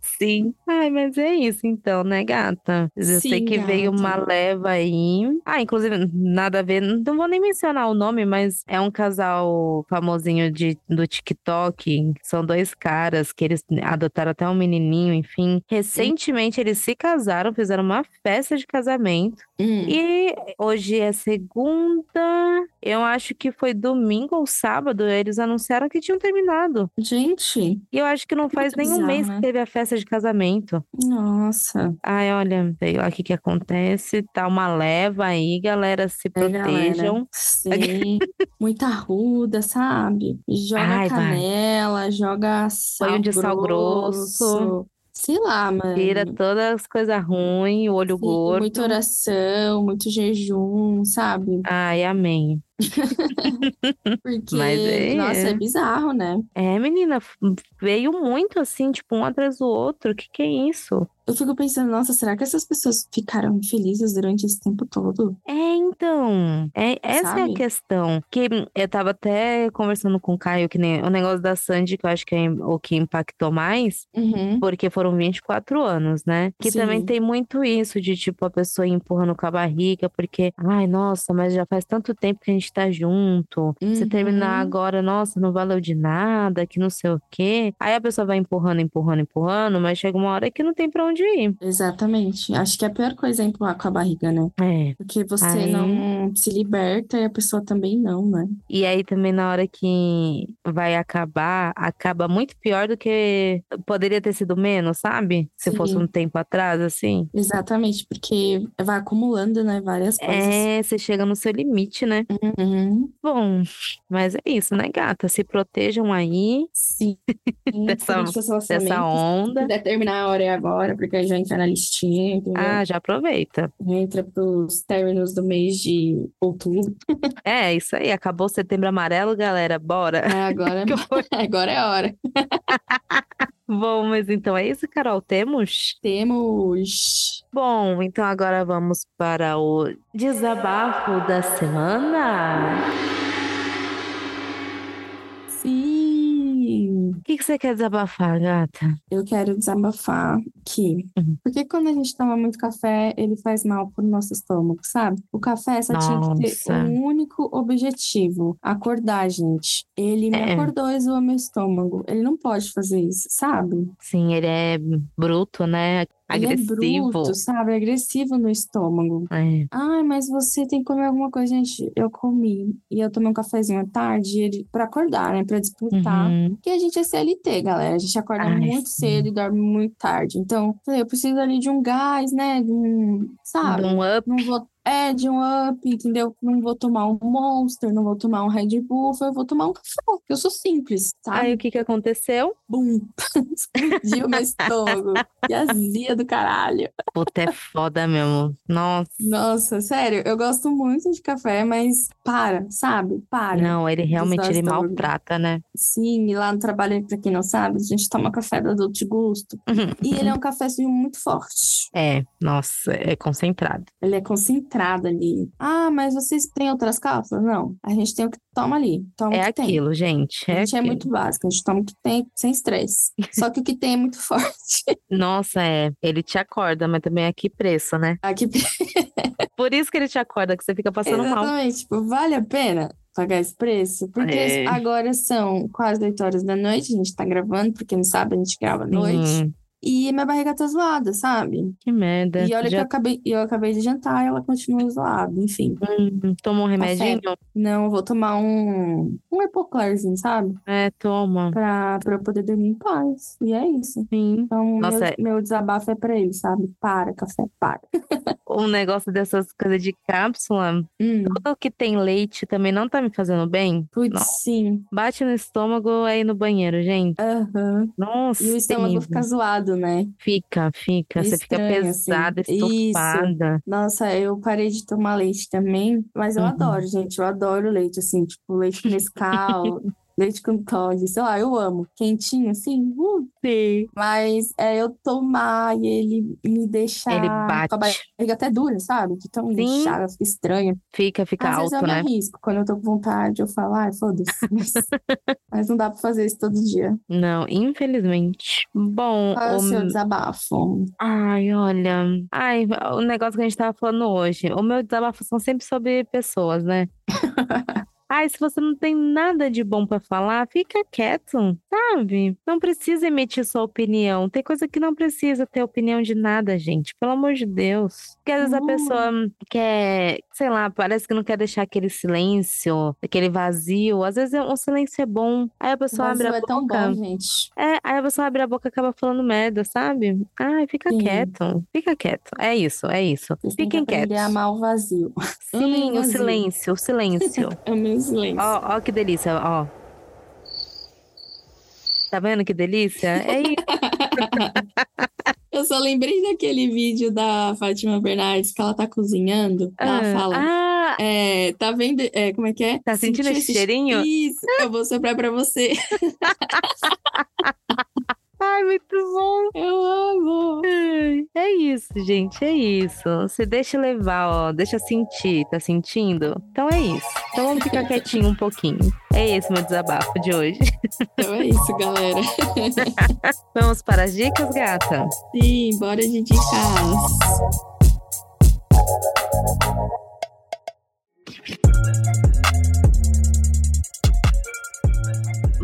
Speaker 1: Sim. Ai, mas é isso então, né, gata? Eu sei
Speaker 2: Sim,
Speaker 1: que veio uma
Speaker 2: gata.
Speaker 1: leva aí. Ah, inclusive, nada a ver, não vou nem mencionar o nome, mas é um casal famosinho de, do TikTok. São dois caras que eles adotaram até um menininho, enfim. Recentemente eles se casaram, fizeram uma festa de casamento.
Speaker 2: Hum.
Speaker 1: E hoje é segunda, eu acho que foi domingo ou sábado, eles anunciaram que tinham terminado.
Speaker 2: Gente,
Speaker 1: E eu acho que não faz nenhum
Speaker 2: bizarro,
Speaker 1: mês
Speaker 2: né?
Speaker 1: que teve a festa de casamento.
Speaker 2: nossa.
Speaker 1: Ai, olha, sei lá o que que acontece, tá uma leva aí, galera, se
Speaker 2: É, galera.
Speaker 1: protejam.
Speaker 2: Sim. Muita arruda, sabe? Joga
Speaker 1: Ai, vai.
Speaker 2: canela, joga sal
Speaker 1: de sal grosso.
Speaker 2: grosso. Sei lá, mano.
Speaker 1: Tira todas as coisas ruins, o olho
Speaker 2: Sim,
Speaker 1: gordo.
Speaker 2: Muita oração, muito jejum, sabe?
Speaker 1: Ai, amém.
Speaker 2: Porque,
Speaker 1: Mas é-
Speaker 2: nossa, é bizarro, né?
Speaker 1: É, menina, f- veio muito assim, tipo, um atrás do outro, que que é isso?
Speaker 2: Eu fico pensando, nossa, será que essas pessoas ficaram infelizes durante esse tempo todo?
Speaker 1: É, então, é, essa é
Speaker 2: Sabe?
Speaker 1: a questão. Que hum, eu tava até conversando com o Caio, que nem o negócio da Sandy, que eu acho que é o que impactou mais,
Speaker 2: Uhum.
Speaker 1: Porque foram 24 anos, né? Que também
Speaker 2: Sim.
Speaker 1: tem muito isso de, tipo, a pessoa ir empurrando com a barriga, porque, ai, nossa, mas já faz tanto tempo que a gente tá junto. Se terminar
Speaker 2: Uhum.
Speaker 1: agora, nossa, não valeu de nada, que não sei o quê. Aí a pessoa vai empurrando, empurrando, empurrando, mas chega uma hora que não tem pra onde ir.
Speaker 2: Exatamente. Acho que a pior coisa é empurrar com a barriga, né?
Speaker 1: É.
Speaker 2: Porque você
Speaker 1: Aí-
Speaker 2: não se liberta e a pessoa também não, né?
Speaker 1: E aí também na hora que vai acabar, acaba muito pior do que poderia ter sido menos, sabe? Se fosse
Speaker 2: Sim.
Speaker 1: um tempo atrás, assim.
Speaker 2: Exatamente, porque vai acumulando, né, várias coisas.
Speaker 1: É, você chega no seu limite, né?
Speaker 2: Uhum.
Speaker 1: Bom, mas é isso, né, gata? Se protejam aí
Speaker 2: *laughs* Sim.
Speaker 1: Dessa-
Speaker 2: Críticas
Speaker 1: dessa
Speaker 2: relacionamentos. Se
Speaker 1: onda.
Speaker 2: quiser terminar a hora é agora, porque aí já entra na listinha, entendeu?
Speaker 1: Ah, já aproveita.
Speaker 2: Entra pros términos do mês de
Speaker 1: *laughs*
Speaker 2: outubro.
Speaker 1: É, isso aí. Acabou o setembro amarelo, galera. Bora. *laughs*
Speaker 2: Ah, agora,
Speaker 1: Que horror.
Speaker 2: *laughs* agora é a hora.
Speaker 1: Bom, mas então é isso, Carol. Temos?
Speaker 2: Temos.
Speaker 1: Bom, então agora vamos para o desabafo da semana.
Speaker 2: Sim!
Speaker 1: O que, que você quer desabafar, gata?
Speaker 2: Eu quero desabafar que.
Speaker 1: Uhum.
Speaker 2: Porque quando a gente toma muito café, ele faz mal pro nosso estômago, sabe? O café só tinha que ter
Speaker 1: Nossa.
Speaker 2: um único objetivo: acordar, gente. Ele me
Speaker 1: É.
Speaker 2: acordou e zoou meu estômago. Ele não pode fazer isso, sabe?
Speaker 1: Sim, ele é bruto, né? Agressivo.
Speaker 2: Ele é bruto, sabe? Agressivo no estômago.
Speaker 1: É.
Speaker 2: Ai, mas você tem que comer alguma coisa, gente. Eu comi e eu tomei um cafezinho à tarde, ele para acordar, né, Pra despertar.
Speaker 1: Uhum.
Speaker 2: Porque a gente é CLT, galera. A gente acorda
Speaker 1: Ai,
Speaker 2: muito
Speaker 1: sim.
Speaker 2: cedo e dorme muito tarde. Então, falei, eu preciso ali de um gás, né? De um, sabe?
Speaker 1: Dá um up.
Speaker 2: Não vou. É, de um up, entendeu? Não vou tomar um Monster, não vou tomar um Red Bull, eu vou tomar um café. porque Eu sou simples, sabe?
Speaker 1: Aí o que que aconteceu?
Speaker 2: Bum! *laughs* Explodiu meu estômago. Que azia do caralho.
Speaker 1: Puta, é foda mesmo. Nossa.
Speaker 2: Nossa, sério, eu gosto muito de café, mas para, sabe? Para.
Speaker 1: Não, ele realmente ele
Speaker 2: desastre.
Speaker 1: maltrata, né?
Speaker 2: Sim, e lá no trabalho, pra quem não sabe, a gente toma café da Dolce Gusto. E ele é um cafezinho muito forte.
Speaker 1: É, nossa, é concentrado.
Speaker 2: Ele é concentrado ali. Ah, mas vocês têm outras cápsulas? Não. A gente tem o que toma ali. Toma
Speaker 1: É
Speaker 2: o que tem.
Speaker 1: aquilo, gente.
Speaker 2: A
Speaker 1: É
Speaker 2: gente é
Speaker 1: aquilo.
Speaker 2: muito básico, a gente toma o que tem sem estresse. Só que o que tem é
Speaker 1: *laughs*
Speaker 2: muito forte.
Speaker 1: Nossa, é. Ele te acorda, mas também a que preço, né?
Speaker 2: Aqui,
Speaker 1: Por isso que ele te acorda, que você fica passando mal.
Speaker 2: exatamente. Tipo, vale a pena pagar esse preço? Porque
Speaker 1: É.
Speaker 2: agora são quase 8 horas da noite, a gente tá gravando, porque não sabe, a gente grava à noite.
Speaker 1: Sim,
Speaker 2: E minha barriga tá zoada, sabe?
Speaker 1: Hum, que merda.
Speaker 2: E olha que eu
Speaker 1: Já
Speaker 2: acabei, eu acabei de jantar e ela continua zoada, enfim.
Speaker 1: hum, toma
Speaker 2: tá
Speaker 1: um remedinho?
Speaker 2: Não, eu vou tomar um, um epoclarzinho, sabe?
Speaker 1: É, toma.
Speaker 2: Pra, pra eu poder dormir em paz. E é isso.
Speaker 1: Sim.
Speaker 2: Então,
Speaker 1: Nossa,
Speaker 2: meu,
Speaker 1: é-
Speaker 2: meu desabafo é pra ele, sabe? Para, café, para.
Speaker 1: Um negócio dessas coisas de cápsula.
Speaker 2: Hum,
Speaker 1: Tudo que tem leite também não tá me fazendo bem.
Speaker 2: putz,
Speaker 1: Não.
Speaker 2: sim.
Speaker 1: Bate no estômago aí no banheiro, gente.
Speaker 2: Aham.
Speaker 1: Nossa,
Speaker 2: E o estômago
Speaker 1: terrível.
Speaker 2: fica zoado, né?
Speaker 1: Fica, fica. Você fica
Speaker 2: Estranho, assim.
Speaker 1: pesada,
Speaker 2: Isso.
Speaker 1: estufada.
Speaker 2: Nossa, eu parei de tomar leite também, mas eu
Speaker 1: Uhum.
Speaker 2: adoro, gente. Eu adoro leite, assim, tipo, leite com
Speaker 1: *laughs*
Speaker 2: Nescau, leite com Toddy, sei lá, eu amo. Quentinho, assim, uh,
Speaker 1: Sim.
Speaker 2: Mas é eu tomar e ele me deixar
Speaker 1: Ele
Speaker 2: com a
Speaker 1: bate.
Speaker 2: barriga até dura, sabe? De tão
Speaker 1: Sim.
Speaker 2: inchada, fica estranha.
Speaker 1: Fica, fica
Speaker 2: Às vezes é eu
Speaker 1: alto,
Speaker 2: me
Speaker 1: né?
Speaker 2: arrisco. Quando eu tô com vontade, eu falo, ai,
Speaker 1: *laughs*
Speaker 2: foda-se. Mas, mas não dá pra fazer isso todo dia.
Speaker 1: Não, infelizmente. Bom,
Speaker 2: Qual é o
Speaker 1: o
Speaker 2: seu desabafo?
Speaker 1: Ai, olha. Ai, o negócio que a gente tava falando hoje. O meu desabafo são sempre sobre pessoas, né? Ai, se você não tem nada de bom pra falar, fica quieto, sabe? Não precisa emitir sua opinião. Tem coisa que não precisa ter opinião de nada, gente. Pelo amor de Deus. Porque às vezes a
Speaker 2: Não.
Speaker 1: pessoa quer, sei lá, parece que não quer deixar aquele silêncio, aquele vazio. Às vezes é- um silêncio é bom. Aí a pessoa abre
Speaker 2: Brasil
Speaker 1: a
Speaker 2: é
Speaker 1: boca.
Speaker 2: tão bom, gente.
Speaker 1: É, aí a pessoa abre a boca e acaba falando merda, sabe? Ai, fica
Speaker 2: Sim.
Speaker 1: quieto, fica quieto. É isso, é isso.
Speaker 2: Vocês têm que
Speaker 1: Fiquem
Speaker 2: aprender
Speaker 1: quietos.
Speaker 2: a amar
Speaker 1: *laughs*
Speaker 2: o vazio. amem o
Speaker 1: Sim, o
Speaker 2: vazio.
Speaker 1: silêncio, É o
Speaker 2: *laughs*
Speaker 1: silêncio.
Speaker 2: Amei o silêncio.
Speaker 1: Ó, ó que delícia, ó. Tá vendo que delícia? É
Speaker 2: *laughs*
Speaker 1: isso.
Speaker 2: Eu só lembrei daquele vídeo da Fátima Bernardes que ela tá cozinhando. Ela fala.
Speaker 1: Ah,
Speaker 2: É, tá vendo? É, como é que é?
Speaker 1: Tá sentindo
Speaker 2: Sentiu
Speaker 1: esse cheirinho?
Speaker 2: Isso, eu vou soprar pra você.
Speaker 1: ai, muito bom.
Speaker 2: Eu amo.
Speaker 1: Ai, É isso, gente, é isso. Se deixa levar, ó, deixa sentir, tá sentindo? Então é isso. Então vamos ficar quietinho um pouquinho. É esse meu desabafo de hoje.
Speaker 2: Então é isso, galera.
Speaker 1: Vamos para as dicas, gata?
Speaker 2: Sim, bora de dicas.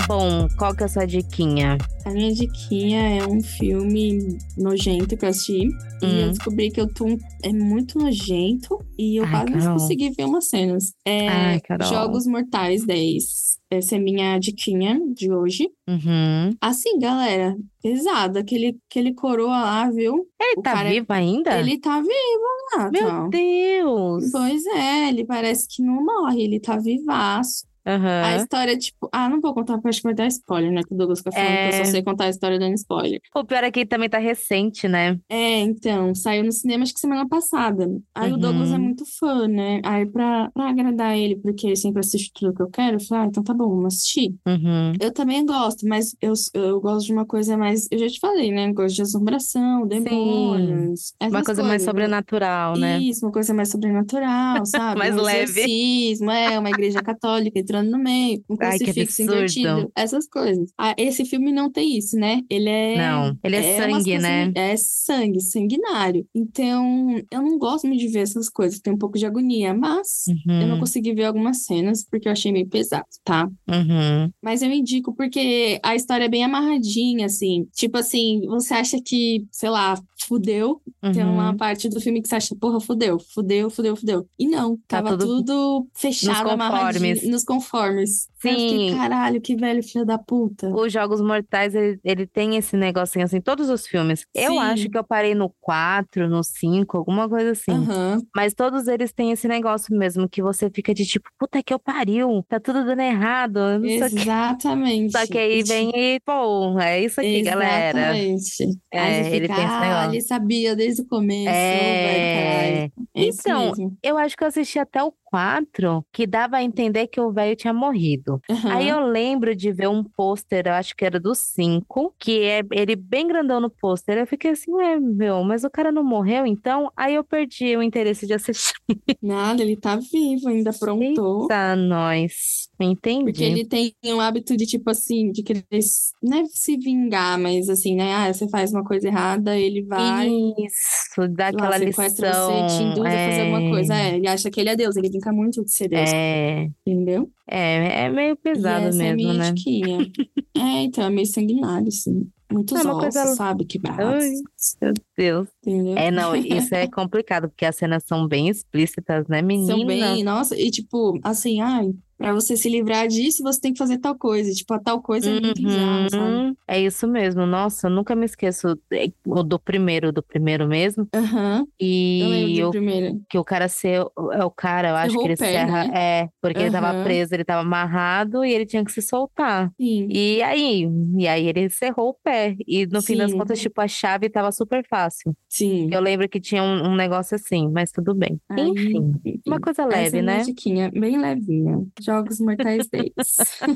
Speaker 1: Bom, qual que é a sua diquinha?
Speaker 2: A minha diquinha é um filme nojento que eu assisti. E eu
Speaker 1: Hum.
Speaker 2: descobri que o Tum é muito nojento. E eu
Speaker 1: Ai,
Speaker 2: quase não
Speaker 1: Carol.
Speaker 2: consegui ver umas cenas. É,
Speaker 1: Ai, Carol.
Speaker 2: Jogos Mortais 10. Essa é minha diquinha de hoje.
Speaker 1: Uhum.
Speaker 2: Assim, galera, pesado. Aquele, aquele coroa lá, viu?
Speaker 1: Ele
Speaker 2: O
Speaker 1: tá
Speaker 2: cara- é
Speaker 1: vivo ainda?
Speaker 2: Ele tá vivo, Nata.
Speaker 1: Meu Deus!
Speaker 2: Pois é, ele parece que não morre, ele tá vivaço. A
Speaker 1: Aham.
Speaker 2: história, tipo, ah, não vou contar porque acho que vai dar spoiler, né? Que o Douglas fica falando que eu
Speaker 1: É.
Speaker 2: só sei contar a história dando spoiler.
Speaker 1: O pior é que ele também tá recente, né?
Speaker 2: É, então, saiu no cinema acho que semana passada. Aí o Douglas é
Speaker 1: Uhum.
Speaker 2: muito fã, né? Aí pra, pra agradar ele, porque ele sempre assiste tudo que eu quero, eu falei, ah, então tá bom, vamos assistir.
Speaker 1: Uhum.
Speaker 2: Eu também gosto, mas eu, eu gosto de uma coisa mais. Eu já te falei, né? Eu gosto de assombração, demônios,
Speaker 1: Uma
Speaker 2: essas
Speaker 1: coisa mais
Speaker 2: coisas.
Speaker 1: sobrenatural, né? *laughs*
Speaker 2: Isso, uma coisa mais sobrenatural, sabe?
Speaker 1: Mais
Speaker 2: um
Speaker 1: leve. *laughs*
Speaker 2: exorcismo, é, uma igreja católica, entrando no meio, um
Speaker 1: Ai, que
Speaker 2: crucifixo
Speaker 1: absurdo.
Speaker 2: invertido, essas coisas. Ah, esse filme não tem isso, né? Ele é.
Speaker 1: Não, ele é,
Speaker 2: umas
Speaker 1: sangue,
Speaker 2: coisas-
Speaker 1: né?
Speaker 2: É sangue, sanguinário. Então, eu não gosto muito de ver essas coisas, tem um pouco de agonia, mas eu não
Speaker 1: Uhum,
Speaker 2: consegui ver algumas cenas porque eu achei meio pesado, tá?
Speaker 1: uhum.
Speaker 2: Mas eu indico porque a história é bem amarradinha, assim. Tipo assim, você acha que, sei lá, fudeu, tem uma
Speaker 1: uhum.
Speaker 2: parte do filme que você acha, porra, fudeu, fudeu, fudeu, fudeu. E não,
Speaker 1: Tá
Speaker 2: tava
Speaker 1: tudo
Speaker 2: tudo fechado,
Speaker 1: nos
Speaker 2: amarradinho,
Speaker 1: conformes.
Speaker 2: nos conformes. Aí eu fiquei,
Speaker 1: Sim.
Speaker 2: caralho, que velho filho da puta.
Speaker 1: Os Jogos Mortais, ele, ele tem esse negocinho assim, todos os filmes. Eu
Speaker 2: Sim.
Speaker 1: acho que eu parei no 4, no 5, alguma coisa assim.
Speaker 2: Aham,
Speaker 1: Mas todos eles têm esse negócio mesmo, que você fica de tipo, puta que eu pariu, tá tudo dando errado, eu não sei o que.
Speaker 2: exatamente.
Speaker 1: Só que aí vem e, pô, é isso aqui, galera.
Speaker 2: Exatamente. Aí
Speaker 1: É,
Speaker 2: você
Speaker 1: ele
Speaker 2: fica,
Speaker 1: tem esse
Speaker 2: ah,
Speaker 1: negócio.
Speaker 2: ele sabia desde o começo, ô, velho, caralho.
Speaker 1: É,
Speaker 2: É isso
Speaker 1: Então,
Speaker 2: mesmo.
Speaker 1: eu acho que eu assisti até o 4, que dava a entender que o velho tinha morrido. Aí
Speaker 2: Aham.
Speaker 1: eu lembro de ver um pôster, eu acho que era do 5, que é ele bem grandão no pôster. Eu fiquei assim, ué, meu, mas o cara não morreu então? Aí eu perdi o interesse de assistir.
Speaker 2: Nada, ele tá vivo, ainda aprontou.
Speaker 1: Tá, nós.
Speaker 2: Uhum. Porque
Speaker 1: Entendi.
Speaker 2: ele tem um hábito de, tipo assim, de querer s- não é se vingar, mas assim, né? Ah, você faz uma coisa errada, ele vai,
Speaker 1: Isso, dá
Speaker 2: sei lá,
Speaker 1: aquela
Speaker 2: sequestra
Speaker 1: lição.
Speaker 2: você, te induz a fazer alguma
Speaker 1: é,
Speaker 2: coisa. É, ele acha que ele é Deus, ele brinca muito de ser Deus,
Speaker 1: É,
Speaker 2: entendeu?
Speaker 1: é, é meio
Speaker 2: E
Speaker 1: pesado
Speaker 2: essa é a
Speaker 1: mesmo,
Speaker 2: minha
Speaker 1: né? *laughs*
Speaker 2: etiquinha. É, então, é meio sanguinário, assim. Muitos
Speaker 1: É uma
Speaker 2: ossos,
Speaker 1: coisa-
Speaker 2: sabe? Quebrados,
Speaker 1: Ai, meu Deus.
Speaker 2: entendeu?
Speaker 1: É, não, isso é complicado, porque as cenas são bem explícitas, né, menina?
Speaker 2: *laughs* São bem, nossa, e tipo, assim, ai, pra você se livrar disso, você tem que fazer tal coisa. E, Tipo, a tal coisa é muito bizarro, sabe?
Speaker 1: Uhum, É isso mesmo. Nossa, eu nunca me esqueço é, o do primeiro, do primeiro mesmo.
Speaker 2: Aham, eu lembro
Speaker 1: Uhum. E
Speaker 2: do
Speaker 1: eu,
Speaker 2: primeiro.
Speaker 1: que o cara ser, é o cara, eu acho
Speaker 2: Errou
Speaker 1: que
Speaker 2: o
Speaker 1: ele
Speaker 2: pé,
Speaker 1: serra,
Speaker 2: né?
Speaker 1: é, porque ele tava
Speaker 2: Aham.
Speaker 1: preso, ele tava amarrado e ele tinha que se soltar.
Speaker 2: Sim.
Speaker 1: E aí, e aí ele cerrou o pé. E no fim das
Speaker 2: Sim.
Speaker 1: contas, tipo, a chave tava super fácil.
Speaker 2: Sim.
Speaker 1: Eu lembro que tinha um, um negócio assim, mas tudo bem.
Speaker 2: Aí,
Speaker 1: Enfim,
Speaker 2: enfim,
Speaker 1: uma coisa
Speaker 2: essa é
Speaker 1: leve,
Speaker 2: a minha
Speaker 1: né?
Speaker 2: diquinha, bem levinha. Jogos Mortais 3.
Speaker 1: *laughs*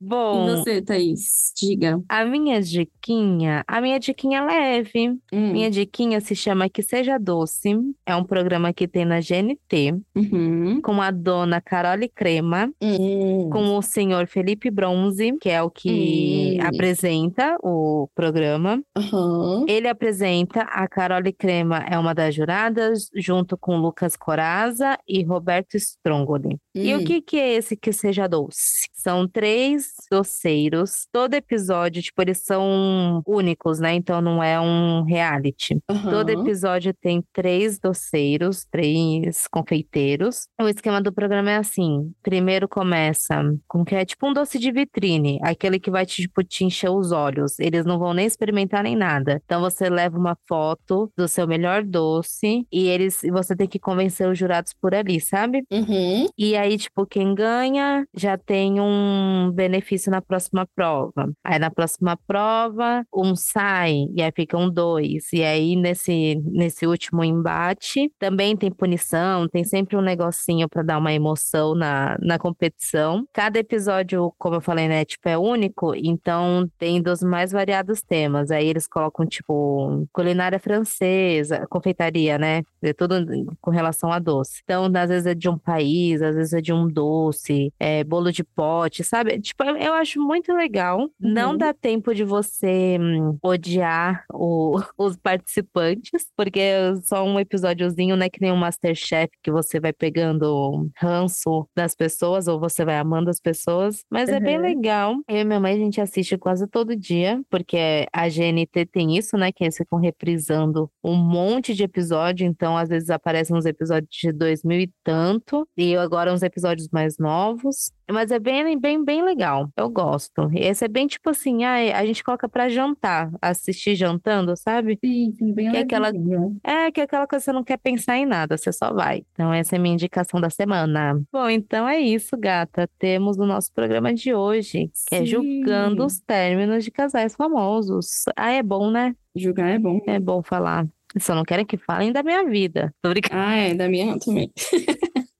Speaker 1: Bom,
Speaker 2: E você, Thaís? Diga.
Speaker 1: a minha diquinha, a minha diquinha é leve.
Speaker 2: Hum,
Speaker 1: Minha diquinha se chama Que Seja Doce. É um programa que tem na GNT,
Speaker 2: uhum,
Speaker 1: com a dona Carole Crema,
Speaker 2: hum,
Speaker 1: com o senhor Felipe Bronze, que é o que
Speaker 2: Hum.
Speaker 1: apresenta o programa.
Speaker 2: aham,
Speaker 1: Ele apresenta, a Carole Crema é uma das juradas, junto com Lucas Coraza e Roberto Strongoli. E o
Speaker 2: hum,
Speaker 1: que, que é esse que seja doce? São três doceiros. Todo episódio, tipo, eles são únicos, né? Então não é um reality. Todo
Speaker 2: aham,
Speaker 1: episódio tem três doceiros, três confeiteiros. O esquema do programa é assim: primeiro começa com que é tipo um doce de vitrine, aquele que vai te, tipo, te encher os olhos. Eles não vão nem experimentar nem nada. Então você leva uma foto do seu melhor doce e eles e você tem que convencer os jurados por ali, sabe?
Speaker 2: uhum,
Speaker 1: E aí, tipo, quem ganha já tem um benefício na próxima prova. Aí na próxima prova, um sai, e aí ficam dois. E aí, nesse, nesse último embate, também tem punição, tem sempre um negocinho pra dar uma emoção na, na competição. Cada episódio, como eu falei, né, tipo, é único, então tem dos mais variados temas. Aí eles colocam, tipo, culinária francesa, confeitaria, né? É tudo com relação a doce. Então, às vezes é de um país, às vezes é de um doce, é bolo de pote, sabe? Tipo, eu, eu acho muito legal. Não
Speaker 2: Uhum.
Speaker 1: dá tempo de você hum, odiar o- *laughs* os participantes, porque é só um episódiozinho, né? Que nem um Masterchef que você vai pegando ranço das pessoas ou você vai amando as pessoas. Mas é bem
Speaker 2: Uhum.
Speaker 1: legal. Eu e minha mãe, a gente assiste quase todo dia, porque a GNT tem isso, né? Que eles ficam reprisando um monte de episódio. Então, às vezes, aparecem uns episódios de dois mil e tanto. E agora uns episódios mais novos. Mas é bem, bem, bem legal. Eu gosto. Esse é bem tipo assim, ai, a gente coloca pra jantar, assistir jantando, sabe?
Speaker 2: Sim, sim, bem
Speaker 1: E aquela-
Speaker 2: levinha.
Speaker 1: É, que é aquela coisa que você não quer pensar em nada, você só vai. Então, essa é a minha indicação da semana. Bom, então é isso, gata. Temos o nosso programa de hoje, que é Julgando
Speaker 2: Sim.
Speaker 1: os Términos de Casais Famosos. Ah, é bom, né?
Speaker 2: Julgar é bom.
Speaker 1: É bom falar. Só não quero que falem da minha vida. Tô brincando.
Speaker 2: Ah, é, da minha também,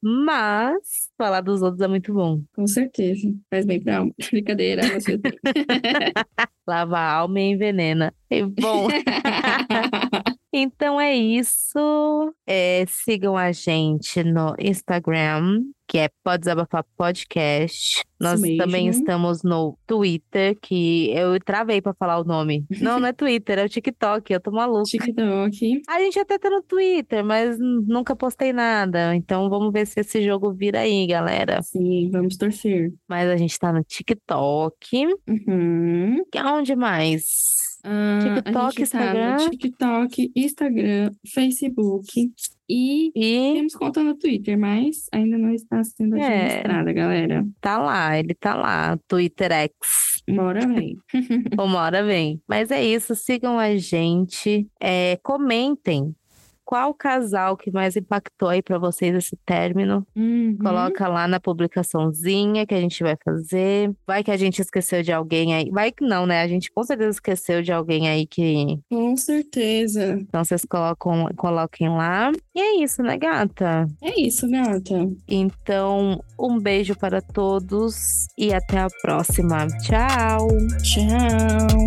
Speaker 1: Mas falar dos outros é muito bom.
Speaker 2: com certeza. Faz bem pra alma. *laughs* Brincadeira, você tem.
Speaker 1: Lava a alma e envenena. E bom, *laughs* Então é isso. É, sigam a gente no Instagram, que é Pode Desabafar Podcast. Nós
Speaker 2: mesmo.
Speaker 1: também estamos no Twitter, que eu travei pra falar o nome. Não, não é Twitter, é o TikTok, eu tô maluca.
Speaker 2: um TikTok.
Speaker 1: A gente até tá no Twitter, mas n- nunca postei nada. Então vamos ver se esse jogo vira aí, galera.
Speaker 2: Sim, vamos torcer.
Speaker 1: Mas a gente tá no TikTok.
Speaker 2: Uhum.
Speaker 1: Onde mais?
Speaker 2: Ah,
Speaker 1: TikTok,
Speaker 2: a gente Tá
Speaker 1: Instagram.
Speaker 2: no TikTok, Instagram, Facebook e
Speaker 1: E
Speaker 2: temos conta no Twitter, mas ainda não está sendo
Speaker 1: É.
Speaker 2: administrada, galera.
Speaker 1: tá lá, ele tá lá, Twitter
Speaker 2: *laughs*
Speaker 1: X.
Speaker 2: Bora, véi.
Speaker 1: Uma hora vem. Mas é isso, sigam a gente, é, comentem. Qual casal que mais impactou aí pra vocês esse término?
Speaker 2: Uhum.
Speaker 1: Hum, Coloca lá na publicaçãozinha que a gente vai fazer. Vai que a gente esqueceu de alguém aí. Vai que não, né? A gente com certeza esqueceu de alguém aí que.
Speaker 2: Com certeza.
Speaker 1: Então vocês colocam, coloquem lá. E é isso, né, gata?
Speaker 2: É isso, gata.
Speaker 1: Então, um beijo para todos e até a próxima. Tchau!
Speaker 2: Tchau.